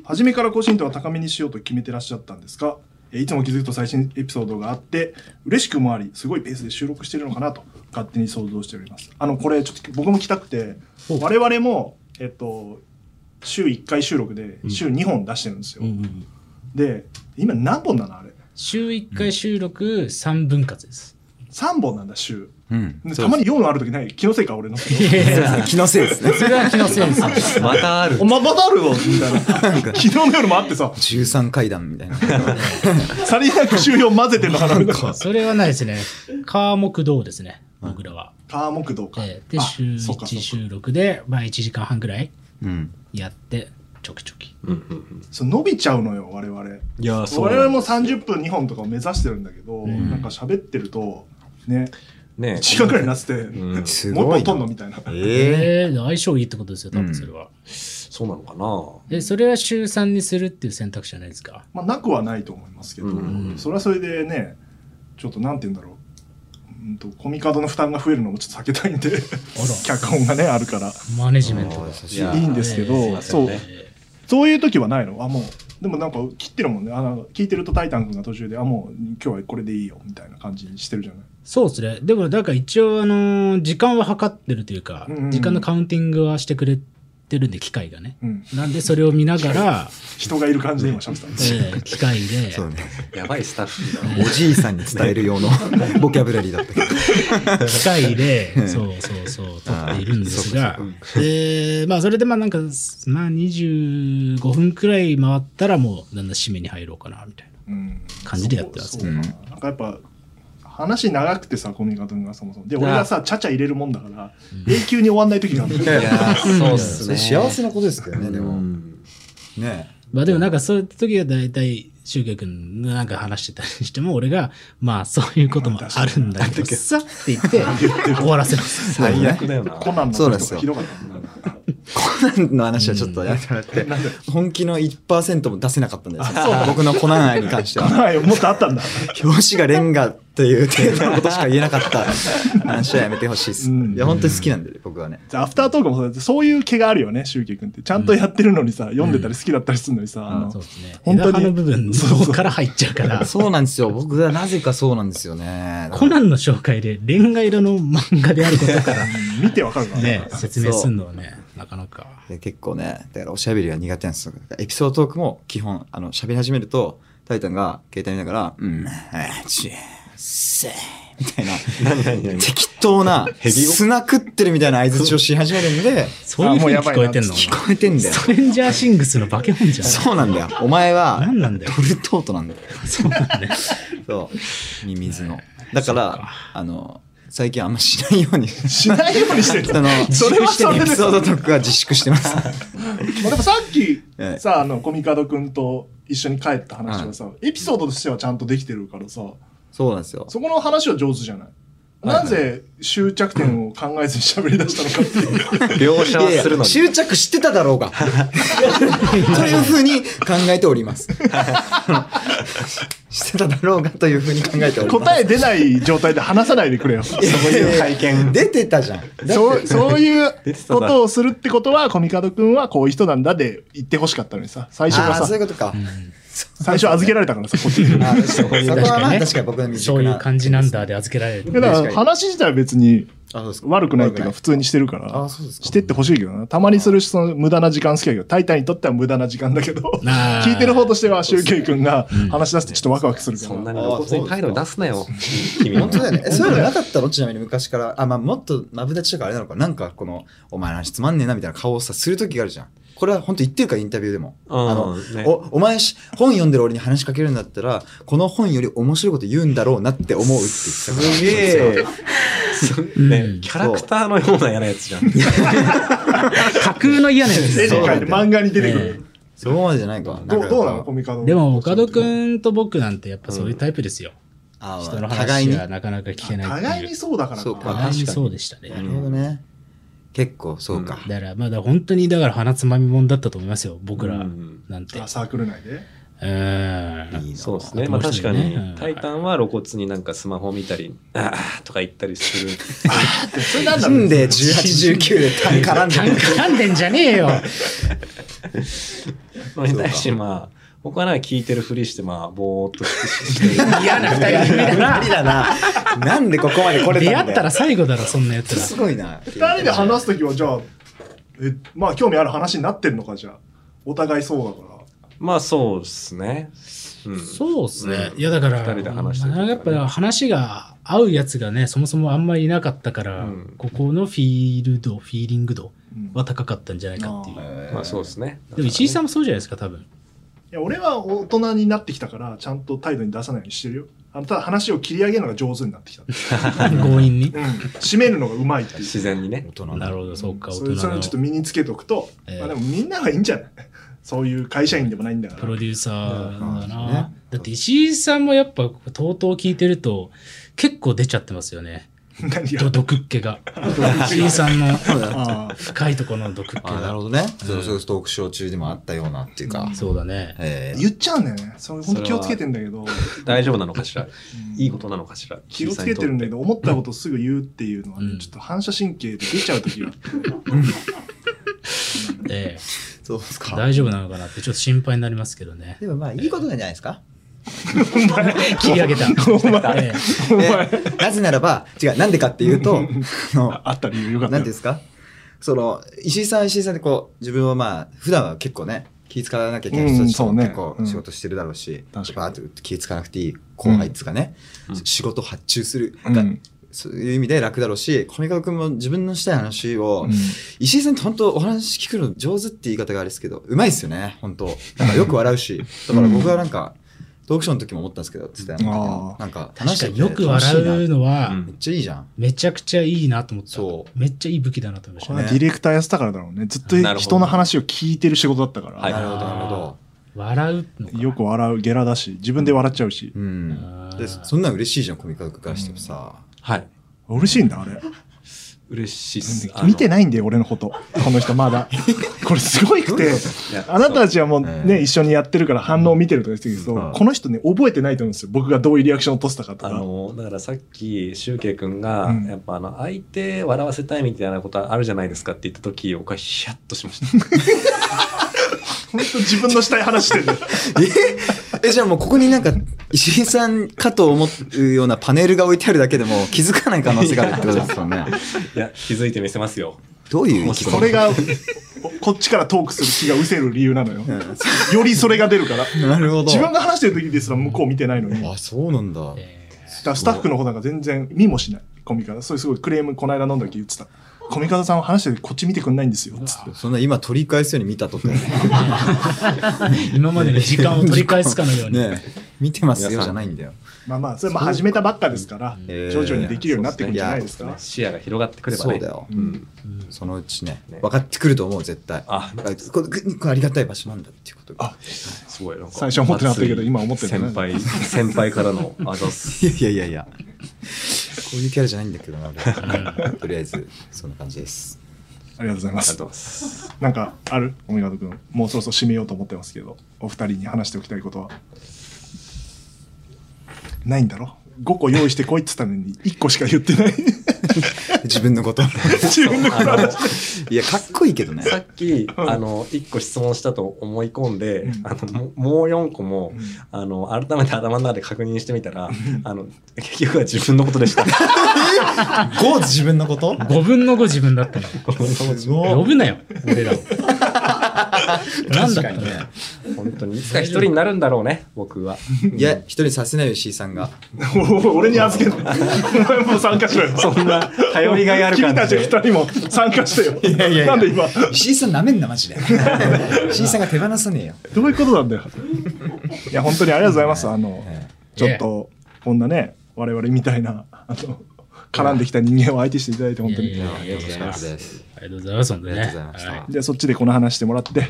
初めから更新度は高めにしようと決めてらっしゃったんですかえいつも気づくと最新エピソードがあって嬉しくもありすごいペースで収録してるのかなと勝手に想像しておりますあのこれちょっと僕も来たくて我々もえっと週1回収録で週2本出してるんですよ、
うんうん
で今何本なのあれ
週1回収録3分割です。
3本なんだ、週。
うん
で
そ
た
う
まに4あるときない気のせいか、俺の。
気のせいですね。
それは気のせいです。
またある
お。ま、まだあるのみたいな。昨日の夜もあってさ、
13階段みたいな。
さりげなく週4混ぜてんのかなみたいな。
それはないですね。科目道ですね、僕らは。
カー木道か。
えーで、
あ
週
そうかそう
1、
か
週6で、まあ1時間半くらい
うん。
やって、ちょきちょき。
うんうんうん
そう伸びちゃうのよ、我々。
いやー、そう
我
な
々
んだ。
も30分2本とかを目指してるんだけど、
ん
なんか喋ってると、ね、
ね
1時間くらいになってて、
うん
す
もう一
ご
本
いな。
取んのみたいな。
ええ。
えー相性いいってことですよ、多分それは。
そうなのかな
で、それは週3にするっていう選択肢じゃないですか。
まあ、なくはないと思いますけど、
うん
それはそれでね、ちょっとなんて言うんだろう。うんとコミカドの負担が増えるのもちょっと避けたいんで、 脚本がね、あるから。
マネジメント
あ
が。
ー優し
い
い
や
いいんですけど、
ええ
そう
すいませんね
そういう時はないのあもうでもなんか切ってるもんねあの聞いてると「タイタン」君が途中で「あもう今日はこれでいいよ」みたいな感じにしてるじゃない
そうですね。でも、だから一応、あのー時間は測ってるというか、
うんうんうん
時間のカウンティングはしてくれてるんで、機械がね。
うん、
なんで、それを見な がら、
人がいる感じで今しゃべってたん
え
ですよ
ー機械で、
そうね。
やばいスタッフだな。
おじいさんに伝える用のボキャブラリーだったけど。
機 械で、
ん
そうそうそう、撮
あ
っ
ー
ているんですが
そう、
で、まあ、それで、まあ、なんか、まあ、25分くらい回ったら、もう、だんだん締めに入ろうかな、みたいな。
うん
感じでやってます
そうそうかなんかやっぱ話長くてさコミカド君がそもそもで俺がさちゃちゃ入れるもんだから永久に終わんない時があるんだよ
いやー、そうっすね。
なことですけどね、 で
う
も。
ん
ね
まあ、でも、なんか、そういう時は、大体、シュウケイ君がなんか話してたりしても、俺が、まあ、そういうこともあるんだけどさ、って言 って、終わらせます。
最悪
逆だよな。
コナンの時とかひどかったもんな
コナンの話はちょっとやめてもらって、本気の1%も出せなかったんですよ。僕のコナン愛に関しては。
はいもっとあったんだ
表紙がレンガという程度のことしか言えなかった話はやめてほしいです。
うん
いや、本当に好きなんで、僕はね。
じ ゃあアフタートークもそうだってそういう毛があるよねシュウケイ君ってちゃんとやってるのにさ、読んでたり好きだったりするのにさ、あの
そうですね。
本当に
枝葉の部分
そうそう
から入っちゃうから、
そうなんですよ。僕はなぜかそうなんですよね。
コナンの紹介で恋愛色の漫画であることから
見てわかるから
ね、説明するのはね、なかなか。
で結構ね、だからおしゃべりが苦手なんですよ。エピソードトークも基本、あの、喋り始めると、タイタンが携帯見ながら、うん、あちゅせーみたいな、
何何何
適当な、
ビを
砂食ってるみたいな相槌をし始めるんで、
そういう風に聞こえてんの
聞こえてんだよ。
ストレンジャーシングスの化け物じゃん。
そうなんだよ。お前は、
何なんだよ
トルトートなんだよ。
そうなんだね。
そう。ミミズの。だから、あの、最近あんましないように。
しないようにしてる
あの、
それはそれ
エ
で
ピソードトークは自粛してます。
まあでもさっき
ええ
さあのコミカド君と一緒に帰った話はさ、エピソードとしてはちゃんとできてるからさ
そうなんですよ。
そこの話は上手じゃない。なぜ終着点を考えずに喋り出したのかっていう。
描写はするのに。
執着してただろうが。というふうに考えております。してただろうがというふうに考えて おります。
答え出ない状態で話さないでくれよ。そう
そういう会見。出てたじゃん。
そうそういう
出てた
こ
な
とをするってことは、コミカド君はこういう人なんだで言ってほしかったのにさ、最初
ああ
は
ー、そう
さ、
いうことか。
最初預けられたからさ、こっちに。
あーそういうそこはまあ確かに僕の未熟
そうい
な
う感じなんだで預けられる。
だか
確からに
話自体は別に
あそうですか
悪くないっていうか普通にしてるから、
あそうですか
してってほしいけどな。たまにするし、その無駄な時間好きだけど、タイタンにとっては無駄な時間だけど、
あー
聞いてる方としては、シュウケイ君が話し出すとちょっとワクワクするけ
そ
ど
んな
な。
に露骨に態度出すなよ。君
本当だよね。えそういうのなかったのちなみに昔から。あ、まあ、もっとマブダチとかあれなのか。なんかこの、お前の話つまんねえなみたいな顔をさ、する時があるじゃん。これは本当言ってるから、インタビューでも。
うん
あの、
ね
お、お前し、本読んでる俺に話しかけるんだったら、この本より面白いこと言うんだろうなって思うって言ってたから。
すげえ。
う ん
ね、キャラクターのような嫌なやつじゃん。
架空の嫌なやつ
絵
で
に
す
描いて
ね
漫画に出てく
ええ
る。
そこまでじゃないか。
どうどうなのコ
こ
ミカド
でも、岡戸くんと僕なんてやっぱそういうタイプですよ。
あ
人の
互い
話
に。
は
なる
なかなか聞けないっていう。
互いにそうだから
そう
か
か。
互いにそうでしたね。
ほどね。結構、そうか。
だから、まだ本当に、だから鼻つまみもんだったと思いますよ、僕ら
うん
なんて。
あサークル内で。
うーん。
いいな
そうですね。
も
ま
う
あ
一
確か
人ね
に
うん、
タイタンは露骨になんかスマホ見たり、あーとか言ったりする。
それなんだ
な
ろ
ん
う
で18、19で単絡んでる
絡んでんじゃね えよ。
それに対してまあ、僕はなんか聞いてるふりして、まあ、ぼーっとしてる。
嫌な二人組だな。
無理だな。なんでここまで来れたんだ
出
よ
会ったら最後だろ、そんなやつら。
すごいな。
二人で話すときは、じゃあ、え、まあ、興味ある話になってんのか、じゃあ。お互いそうだから。
まあそうですね。うん。
そうですね。
うん
いや、だから、
二人で話してる時はね
やっぱ話が合うやつがね、そもそもあんまりいなかったから、
うん
ここのフィールド、フィーリング度
うん
は高かったんじゃないかっていう。
まあそうですね。
でも石井さん
ん
もそうじゃないですか、多分。
いや俺は大人になってきたからちゃんと態度に出さないようにしてるよあのただ話を切り上げるのが上手になってきた、う
強引に。
ん、締めるのがうまいっていう
自然にね
大。人
なるほど、そうか、大
そ
人
れそれ
の
をちょっと身につけておくと、
ええ
まあ、でもみんながいいんじゃないそういう会社員でもないんだか
プ
ら
ロデューサーだ
うん
な
ね。
だって石井さんもやっぱ、とうとう聞いてると、結構出ちゃってますよね。
何
ど
が
毒っ気が。石井 さんの
ああ
深いところの毒っ気
あーなる
が。
ほどね。そうそうトークショー中でもあったようなっていうか。
そうだね。
えー
言っちゃうんだよねそれ本当気をつけてんだけど、
大丈夫なのかしら
うん
いいことなのかしら
気をつけてるんだけど思ったことすぐ言うっていうのは、ね
うん
ちょっと反射神経で出ちゃう時があって
ええ
そうですか。
大丈夫なのかなってちょっと心配になりますけどね。
でもまあいいことなんじゃないですか。
切り上げた。 ええ
でなぜならば、違う、なんでかっていうと、あの、
あった理由よか
な
っ
んていうん
たよ
ですかその、石井さん、石井さんでこう、自分はまあ、普段は結構ね、気使わなきゃいけない人たちとも
うんそうね
結構
うん
仕事してるだろうし、
確かに
バーッと気使わなくていい後輩っつうかね、
うん
仕事発注する
うん
が、そういう意味で楽だろうし、上川君も自分のしたい話を、石井さんって本当お話聞くの上手って言い方があれですけど、うまいっすよね、本当なんかよく笑うし、だから僕はなんか、トークショーの時も思ったんですけど、つってなん
あ
か
ー
なんか話
確か
してて
によく笑うのは
う、ん
めっちゃいいじゃん。
めちゃくちゃいいなと思った。
そ
めっちゃいい武器だなと思いまし
こ
た
れは
ね。
ディレクターやってたからだろうねずっと
なるほど
人の話を聞いてる仕事だったから、
はい
なるほど、なるほど。
笑うのか。
よく笑うゲラだし自分で笑っちゃうし
う、
あ
ん。
ー
でそんなん嬉しいじゃん、コミカルからしてもさ。
はい。
嬉しいんだあれ
嬉しいっす。
見て
な
ないんだよ俺のことこの人まだこれすごいくて
いや
あなたたちはもう
そう
ね、一緒にやってるから反応見てるとか言ってるけど、
うん
この人ね、覚えてないと思うんですよ。僕がどういうリアクションを落としたかと
あ
か。
のだからさっきシュウケイ君が、
うん
やっぱあの相手笑わせたいみたいなことあるじゃないですかって言った時僕はヒヤッとしました
本当自分のしたい話 してる。
え、 じゃあもうここになんか、石井さんかと思うようなパネルが置いてあるだけでも気づかない可能性があるってことですよね。
いや気づいてみせますよ
どういう意気込み
それが、こっちからトークする気が失せる理由なのよ。よりそれが出る から。
なるほど。
自分が話してる時ですら向こう見てないのに。だか
あ、そうなんだ。
えー
らスタッフの方が全然見もしない。コミカド。そういうすごいクレームこの間飲んだ時言ってた。コミカドさんは話してる時こっち見てくんないんですよ。つって
そんな今取り返すように見たとか。ね
今までの 時間を取り返すかのように。
見てますよじゃないんだよ。
まあまあ、それも始めたばっかですから、
えー
徐々にできるようになってくんじゃないです
いや
か。
視野が広がってくればね
そうだよ。
うん、
そのうちね
ね、
分かってくると思う、絶対。
あ
これこれありがたい場所なんだっていうことが。
すごいなんか
最初思ってなかったけど今思ってる
る
ね
先輩先輩からのあざっ す
いやいやいやいや。こういうキャラじゃないんだけどな、俺とりあえず、そんな感じです。
ありがとうございま
ありが
す
とう。ございます
なんかあるオミガド君もうそろそろ締めようと思ってますけどお二人に話しておきたいことはないんだろ5個用意してこいっつったのに1個しか言って ない
自分のこと。
自分の
あの
いや、かっこいいけどね。
さっき、あの、一個質問したと思い込んで、
うん
あの、ももう四個も
うん、
あの、改めて頭の中で確認してみたら、あの、結局は自分のこと でした。
ゴーズ自分の こと
5分の5自分だったの。
すご
呼ぶなよ、俺らを。 なんだったの
ね。
本当に。いつか一人になるんだろうね、僕は。
いや、一人にさせないよ、C さんが。
お俺に預けないお前もう参加しろよ
そんな頼りがいある
君た
感
ち
じ
2
で。
人も参加してよ
やいやいや
なんで今
C さんなめんな、マ ジで。C さんが手放さねえよ。
どういうことなんだよいや本当にありがとうございますあの
え
ちょっとこんなね我々みたいなあの絡んできた人間を相手していただいて本当
いやいや
に
いや
え楽しかったです。
ありがとうございます、本当
あ
に
り
ね。
がとうございました
は。
じゃあそっちでこの話してもらって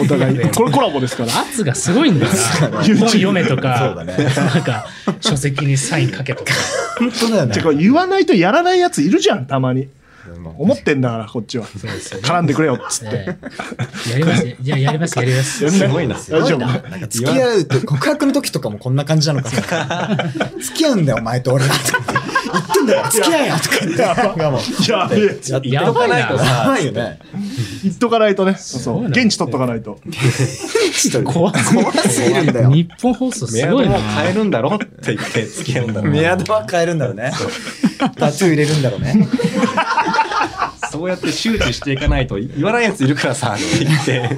お互いこれコラボですから
圧がすごいんだよな。本読め
そ
とか
う、だね
なんか書籍にサインかけとか。
本当だよね
てか言わないとやらないやついるじゃんたまに思
思
ってんだからこっちは
ですよね
絡んでくれよっつって、
ええやります、じゃあやります、やります。
やんな
すごいな
大丈夫
なんか付き合うと告白の時とかもこんな感じなのかな付き合うんだよお前と俺はとか言ってんだよ付き合えよとか言って
やば
我慢
やべえ
やってる
やばいな
やばいよね
言っとかないとねそう
ごいな
現地取っとかないと
怖すぎ
怖すぎるんだよ
日本放送
メ
す
アド
ごい
も
な。
変えるんだろって言って付き合う んだろ
メアドは変えるんだろうねタトゥー入れるんだろうね
そうやって周知していかないと、言わないやついるからさ、って言って。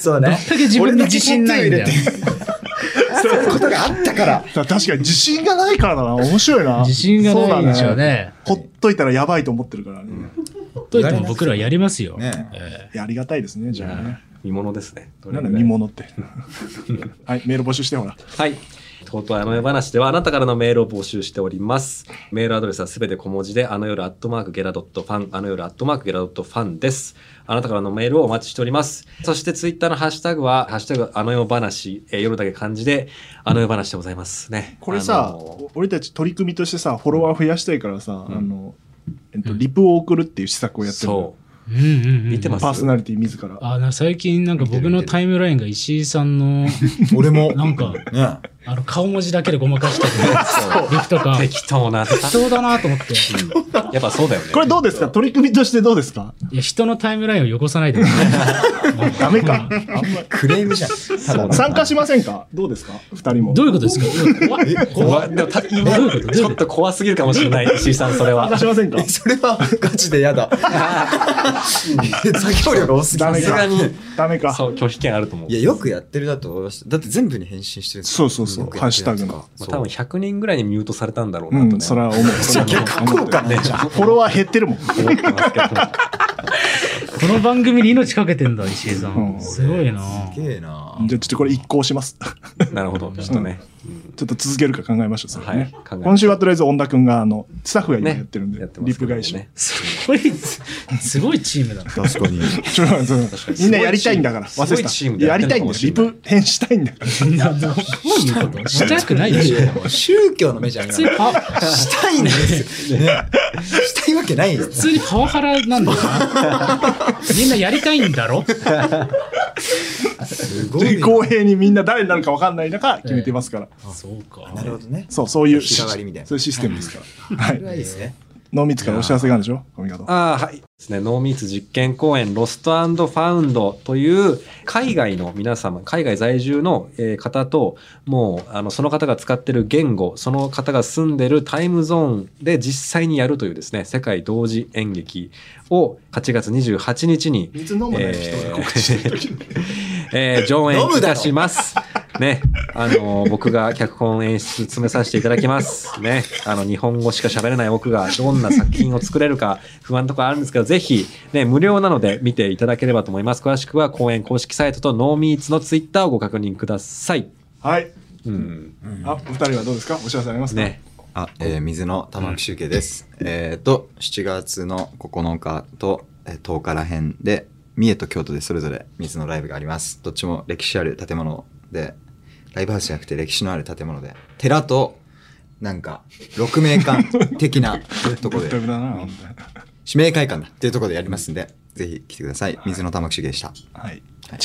そう
どん
ね
だ。け自分に自信ないんだよ
俺。だそういうことがあったから。
だから確かに自信がないからだな。面白いな。
自信がないんでしょ
そううだね。
ね。
ほっといたらやばいと思ってるからね。
ほっといても僕らはやりますよ。
ね
え
いやありがたいですね、じゃあね。
見物ですね。
なんだ、見物って。はい、メール募集してほら。
はい。とうとうあの夜話ではあなたからのメールを募集しております。メールアドレスはすべて小文字で、あの夜アットマークゲラドットファン、あの夜アットマークゲラドットファンです。あなたからのメールをお待ちしております。そしてツイッターのハッシュタグは、ハッシュタグあの夜話、えー夜だけ漢字で、あの夜話でございますね。
これさ、
あの
俺たち取り組みとしてさ、フォロワー増やしたいからさ、
うん
あの、えっと、リプを送るっていう施策をやってるの
そ
えうんうんうん
見てます
パーソナリティ自ら。
あ、なんか最近なんか僕のタイムラインが石井さんの、
俺も。
なんか、
ね
あの、顔文字だけでごまかしてる。リフと
う。
か、
適当な。
適当だなと思って。
やっぱそうだよね。
これどうですか取り組みとしてどうですか
いや、人のタイムラインをよこさないでください
ダメか。
クレームじゃん。
参加しませんかどうですか二人も。
どういうことですか怖い
怖い。でもた今
どういうことどういうこと
ちょっと怖すぎるかもしれない、石井さん、それは
参加。しませんか
え それはガチでや だ。作業量が多すぎ
ダ
ま
メ
す。
か。ダメか。
そう、拒否権あると思う。
いや、よくやってるだと思いました。だって全部に返信してるんです
そうそうそうハッシュタグの。
まあ、多分100人ぐらいにミュートされたんだろう
う
なとね。
ん、それは思う。それは
逆
思う
効果ね。じゃ
フォロワー減ってるもん。
思ってますけど。
この番組に命かけてんだ、石井さ。
うんん
すごいな
あすげえな。
じゃあちょっとこれ一行します。ち
なるほど。ちょっとね。
ょっと続けるか考えましょう、それ
は
ね。
い。考え
今週はとりあえず、恩田君が、あの、スタッフが今
ね
やってるんで、
やってま
リ
す
ッ
け
プ
ど
返し。
ね
すごい、すごいチームだな。
確かに。
ちょっと待ってみんなやりたいんだから、
すごい
忘れて
チーム
た。
でや
や
って
り
る
た
の
い
か
んだ
も
よ。リ
しれない
プ返したいんだから。
みんなどういうことしたくない でしょ。
宗教の目じゃん。
普通にパワ、
したいんです よ。ねしたいわけないよ。
普通にパワハラなんだよな。みんなやりたいんだろ
すご
で
い。
公平にみんな誰になるか分かんない中、決めてますから。
そうか。
なるほどね。
そう、そういう、
日替わりみたいな
そういうシステムですから。は
それはいい
い。
ですね。
濃密からお知らせがあるでしょお見事。
ああ、はい。ですね。ノーミーツ実験公演、ロストファウンドという、海外の皆様、海外在住のえー方と、もう、あの、その方が使ってる言語、その方が住んでるタイムゾーンで実際にやるというですね、世界同時演劇を8月28日に、
水飲むなよ人が告知してる時に
えー上演
飲む
い
だろ
たします。ね。あのー僕が脚本演出詰めさせていただきます。ね。あの、日本語しか喋れない僕がどんな作品を作れるか不安なところあるんですけど、ぜひ、ね、無料なので見ていただければと思います。詳しくは公演公式サイトとノーミーツのツイッターをご確認ください。
はい。
うん。
あ、お二人はどうですかお知らせありますか
ね。
あ、えー水の玉木集計です。えっ、と、7月の9日と、えー10日ら辺で、三重と京都でそれぞれ水のライブがあります。どっちも歴史ある建物で、ライブハウスじゃなくて歴史のある建物で、寺と、なんか、鹿鳴館的なとこ
ぶっ
で、
飛びだな。本
指名会館だっていうとこでやりますんで、ぜひ来てください。水の玉木集計でした。
当にはい。違う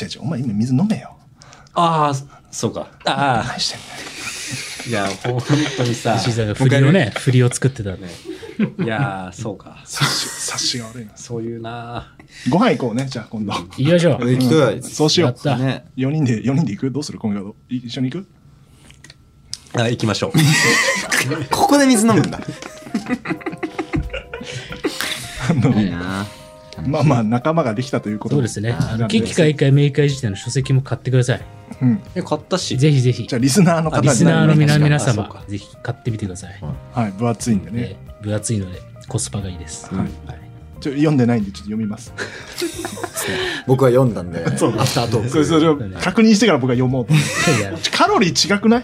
違う、お前今水飲めよ。
ああ、そうか。あ
何してんだよ。
あ、いや、本当にさ。
石井さんが振りをね、振りを作ってたね。
ねいやー、そうか。
察し察しが悪いな。
そういうなー
ご飯行こうね、じゃあ今度。
行きましょう。
行きたいです
そうしよ
や
う
っ。た
ね。
4人で、4人で行くどうする今度。い一緒に行く
あ行きましょう。
ここで水飲むんだ。いいな
まあまあ、仲間ができたということ
そうですね。あの、
なんで
危機開会、明会時代の書籍も買ってください。
うん
え、買ったし。
ぜひぜひ
じゃ。あ、リスナーの方に
リスナーの皆皆
あそう
様
か、
ぜひ買ってみてください。
はい、分厚いんでね
ね。分厚いので、コスパがいいです。はい
ちょ読んでないんで、ちょっと読みます。
僕は読んだんで、アフ
そう
タートー
それそれを確認してから僕は読もうと。
いや
カロリー違くない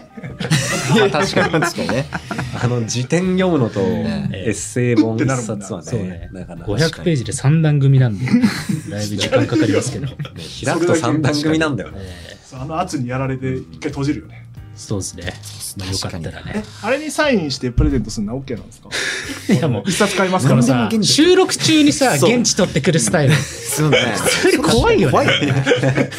ク。確かに。確かにね。
あの辞典読むのと
ね
エッセイ本一冊は
っ
そう
ね
ね、
なかなか
500ページで3段組なんで、だいぶ時間かかりますけど。
開くと三段組なんだよね。
えー
あの圧にやられて、一回閉じるよね。
そうですね。まあ、よかったらね。
あれにサインしてプレゼントするのは OK なんですか
いやもう
一冊買いますからさ
何。でも現地
収録中にさ、
そう
現地取ってくるスタイル。
そうね。
それ怖いよ
怖い
ね。
よね。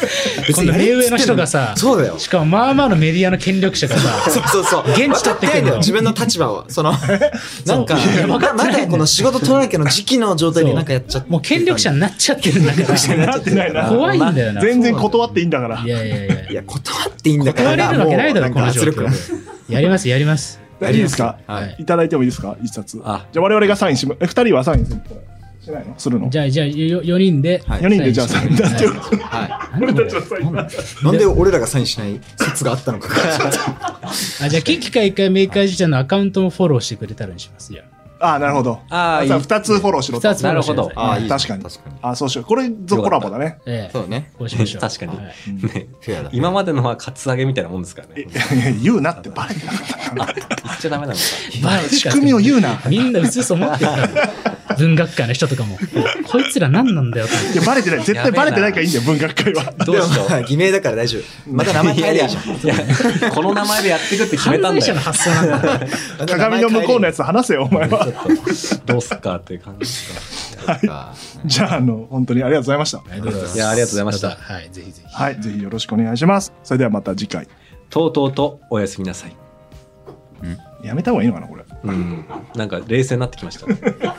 こんな目上の人がさ、
そうだよ
し。かもまあまあのメディアの権力者 が
そ
さ、
うそうそう。
現地取っ
分かん
てくるの
ないよ自分の立場を、 その、なんか、
いや分かってない
まだこの仕事取らなきゃの時期の状態でなんかやっちゃって。
もう権力者になっちゃってるん だから、
なってないな。
怖いんだよな。
全然断っていいんだから
い。やいやいや。
いや、断っていいんだから。
断れるわけないだろ、
も
こ
うん
の
か
状
圧力
況
が
で。やります、やります。
いいですか
はい
いただいてもいいですか一冊。じゃ
あ
あ我々がサインしま、え二人はサインする。しないのするの
じゃあ、じゃあ、4人で。
はい
4人でじゃあサインだってよ
は
なんだこれ
い。なんで俺らがサインしない説があったのか。
あ、じゃあ、ケーキか一回メーカー自社のアカウントもフォローしてくれたらにします。じゃあ
ああなるほど
あー
さ
いい
2つフォローしろと
二つフォローしてくださ
なる
い
ほど
ああ、いい。
確かに
確かに。
あそうしようこれぞコラボだね
え え
そうね。
こうしましょう。
確かに
はい
ね
フェアだ。
今までのはカツアゲみたいなもんですからね。言
いやいや言うなってバレる
っちゃダ メなのか。
バレるから
仕組みを言うな
みんなうつうつ思って たの文学界の人とかも。こいつら何なんだよと思っ
いやバレてない絶対バレてないからいいんだよ文学界は
どうしよ
でもまあ偽名だから大丈夫。また名前
う。い
変え
やい
りゃ
や
いいじゃん。
いやこの名前でやっていくって
て。
決め
犯
たんだよ
罪者の。発想なん だよ。
また名前変え
鏡
りゃいいじゃん
の向こうのやつ話せよお前は
どうすっかっていう感じですか。
か
じゃああの本当にありがとうございました
ありがとうござます
いやありがとうございました
ただはい、ぜひぜひ。
はいぜひよろしくお願いしますそれではまた次回
とうとうとおやすみなさい。
やめた方がいいのかなこれ
うん。なんか冷静になってきました。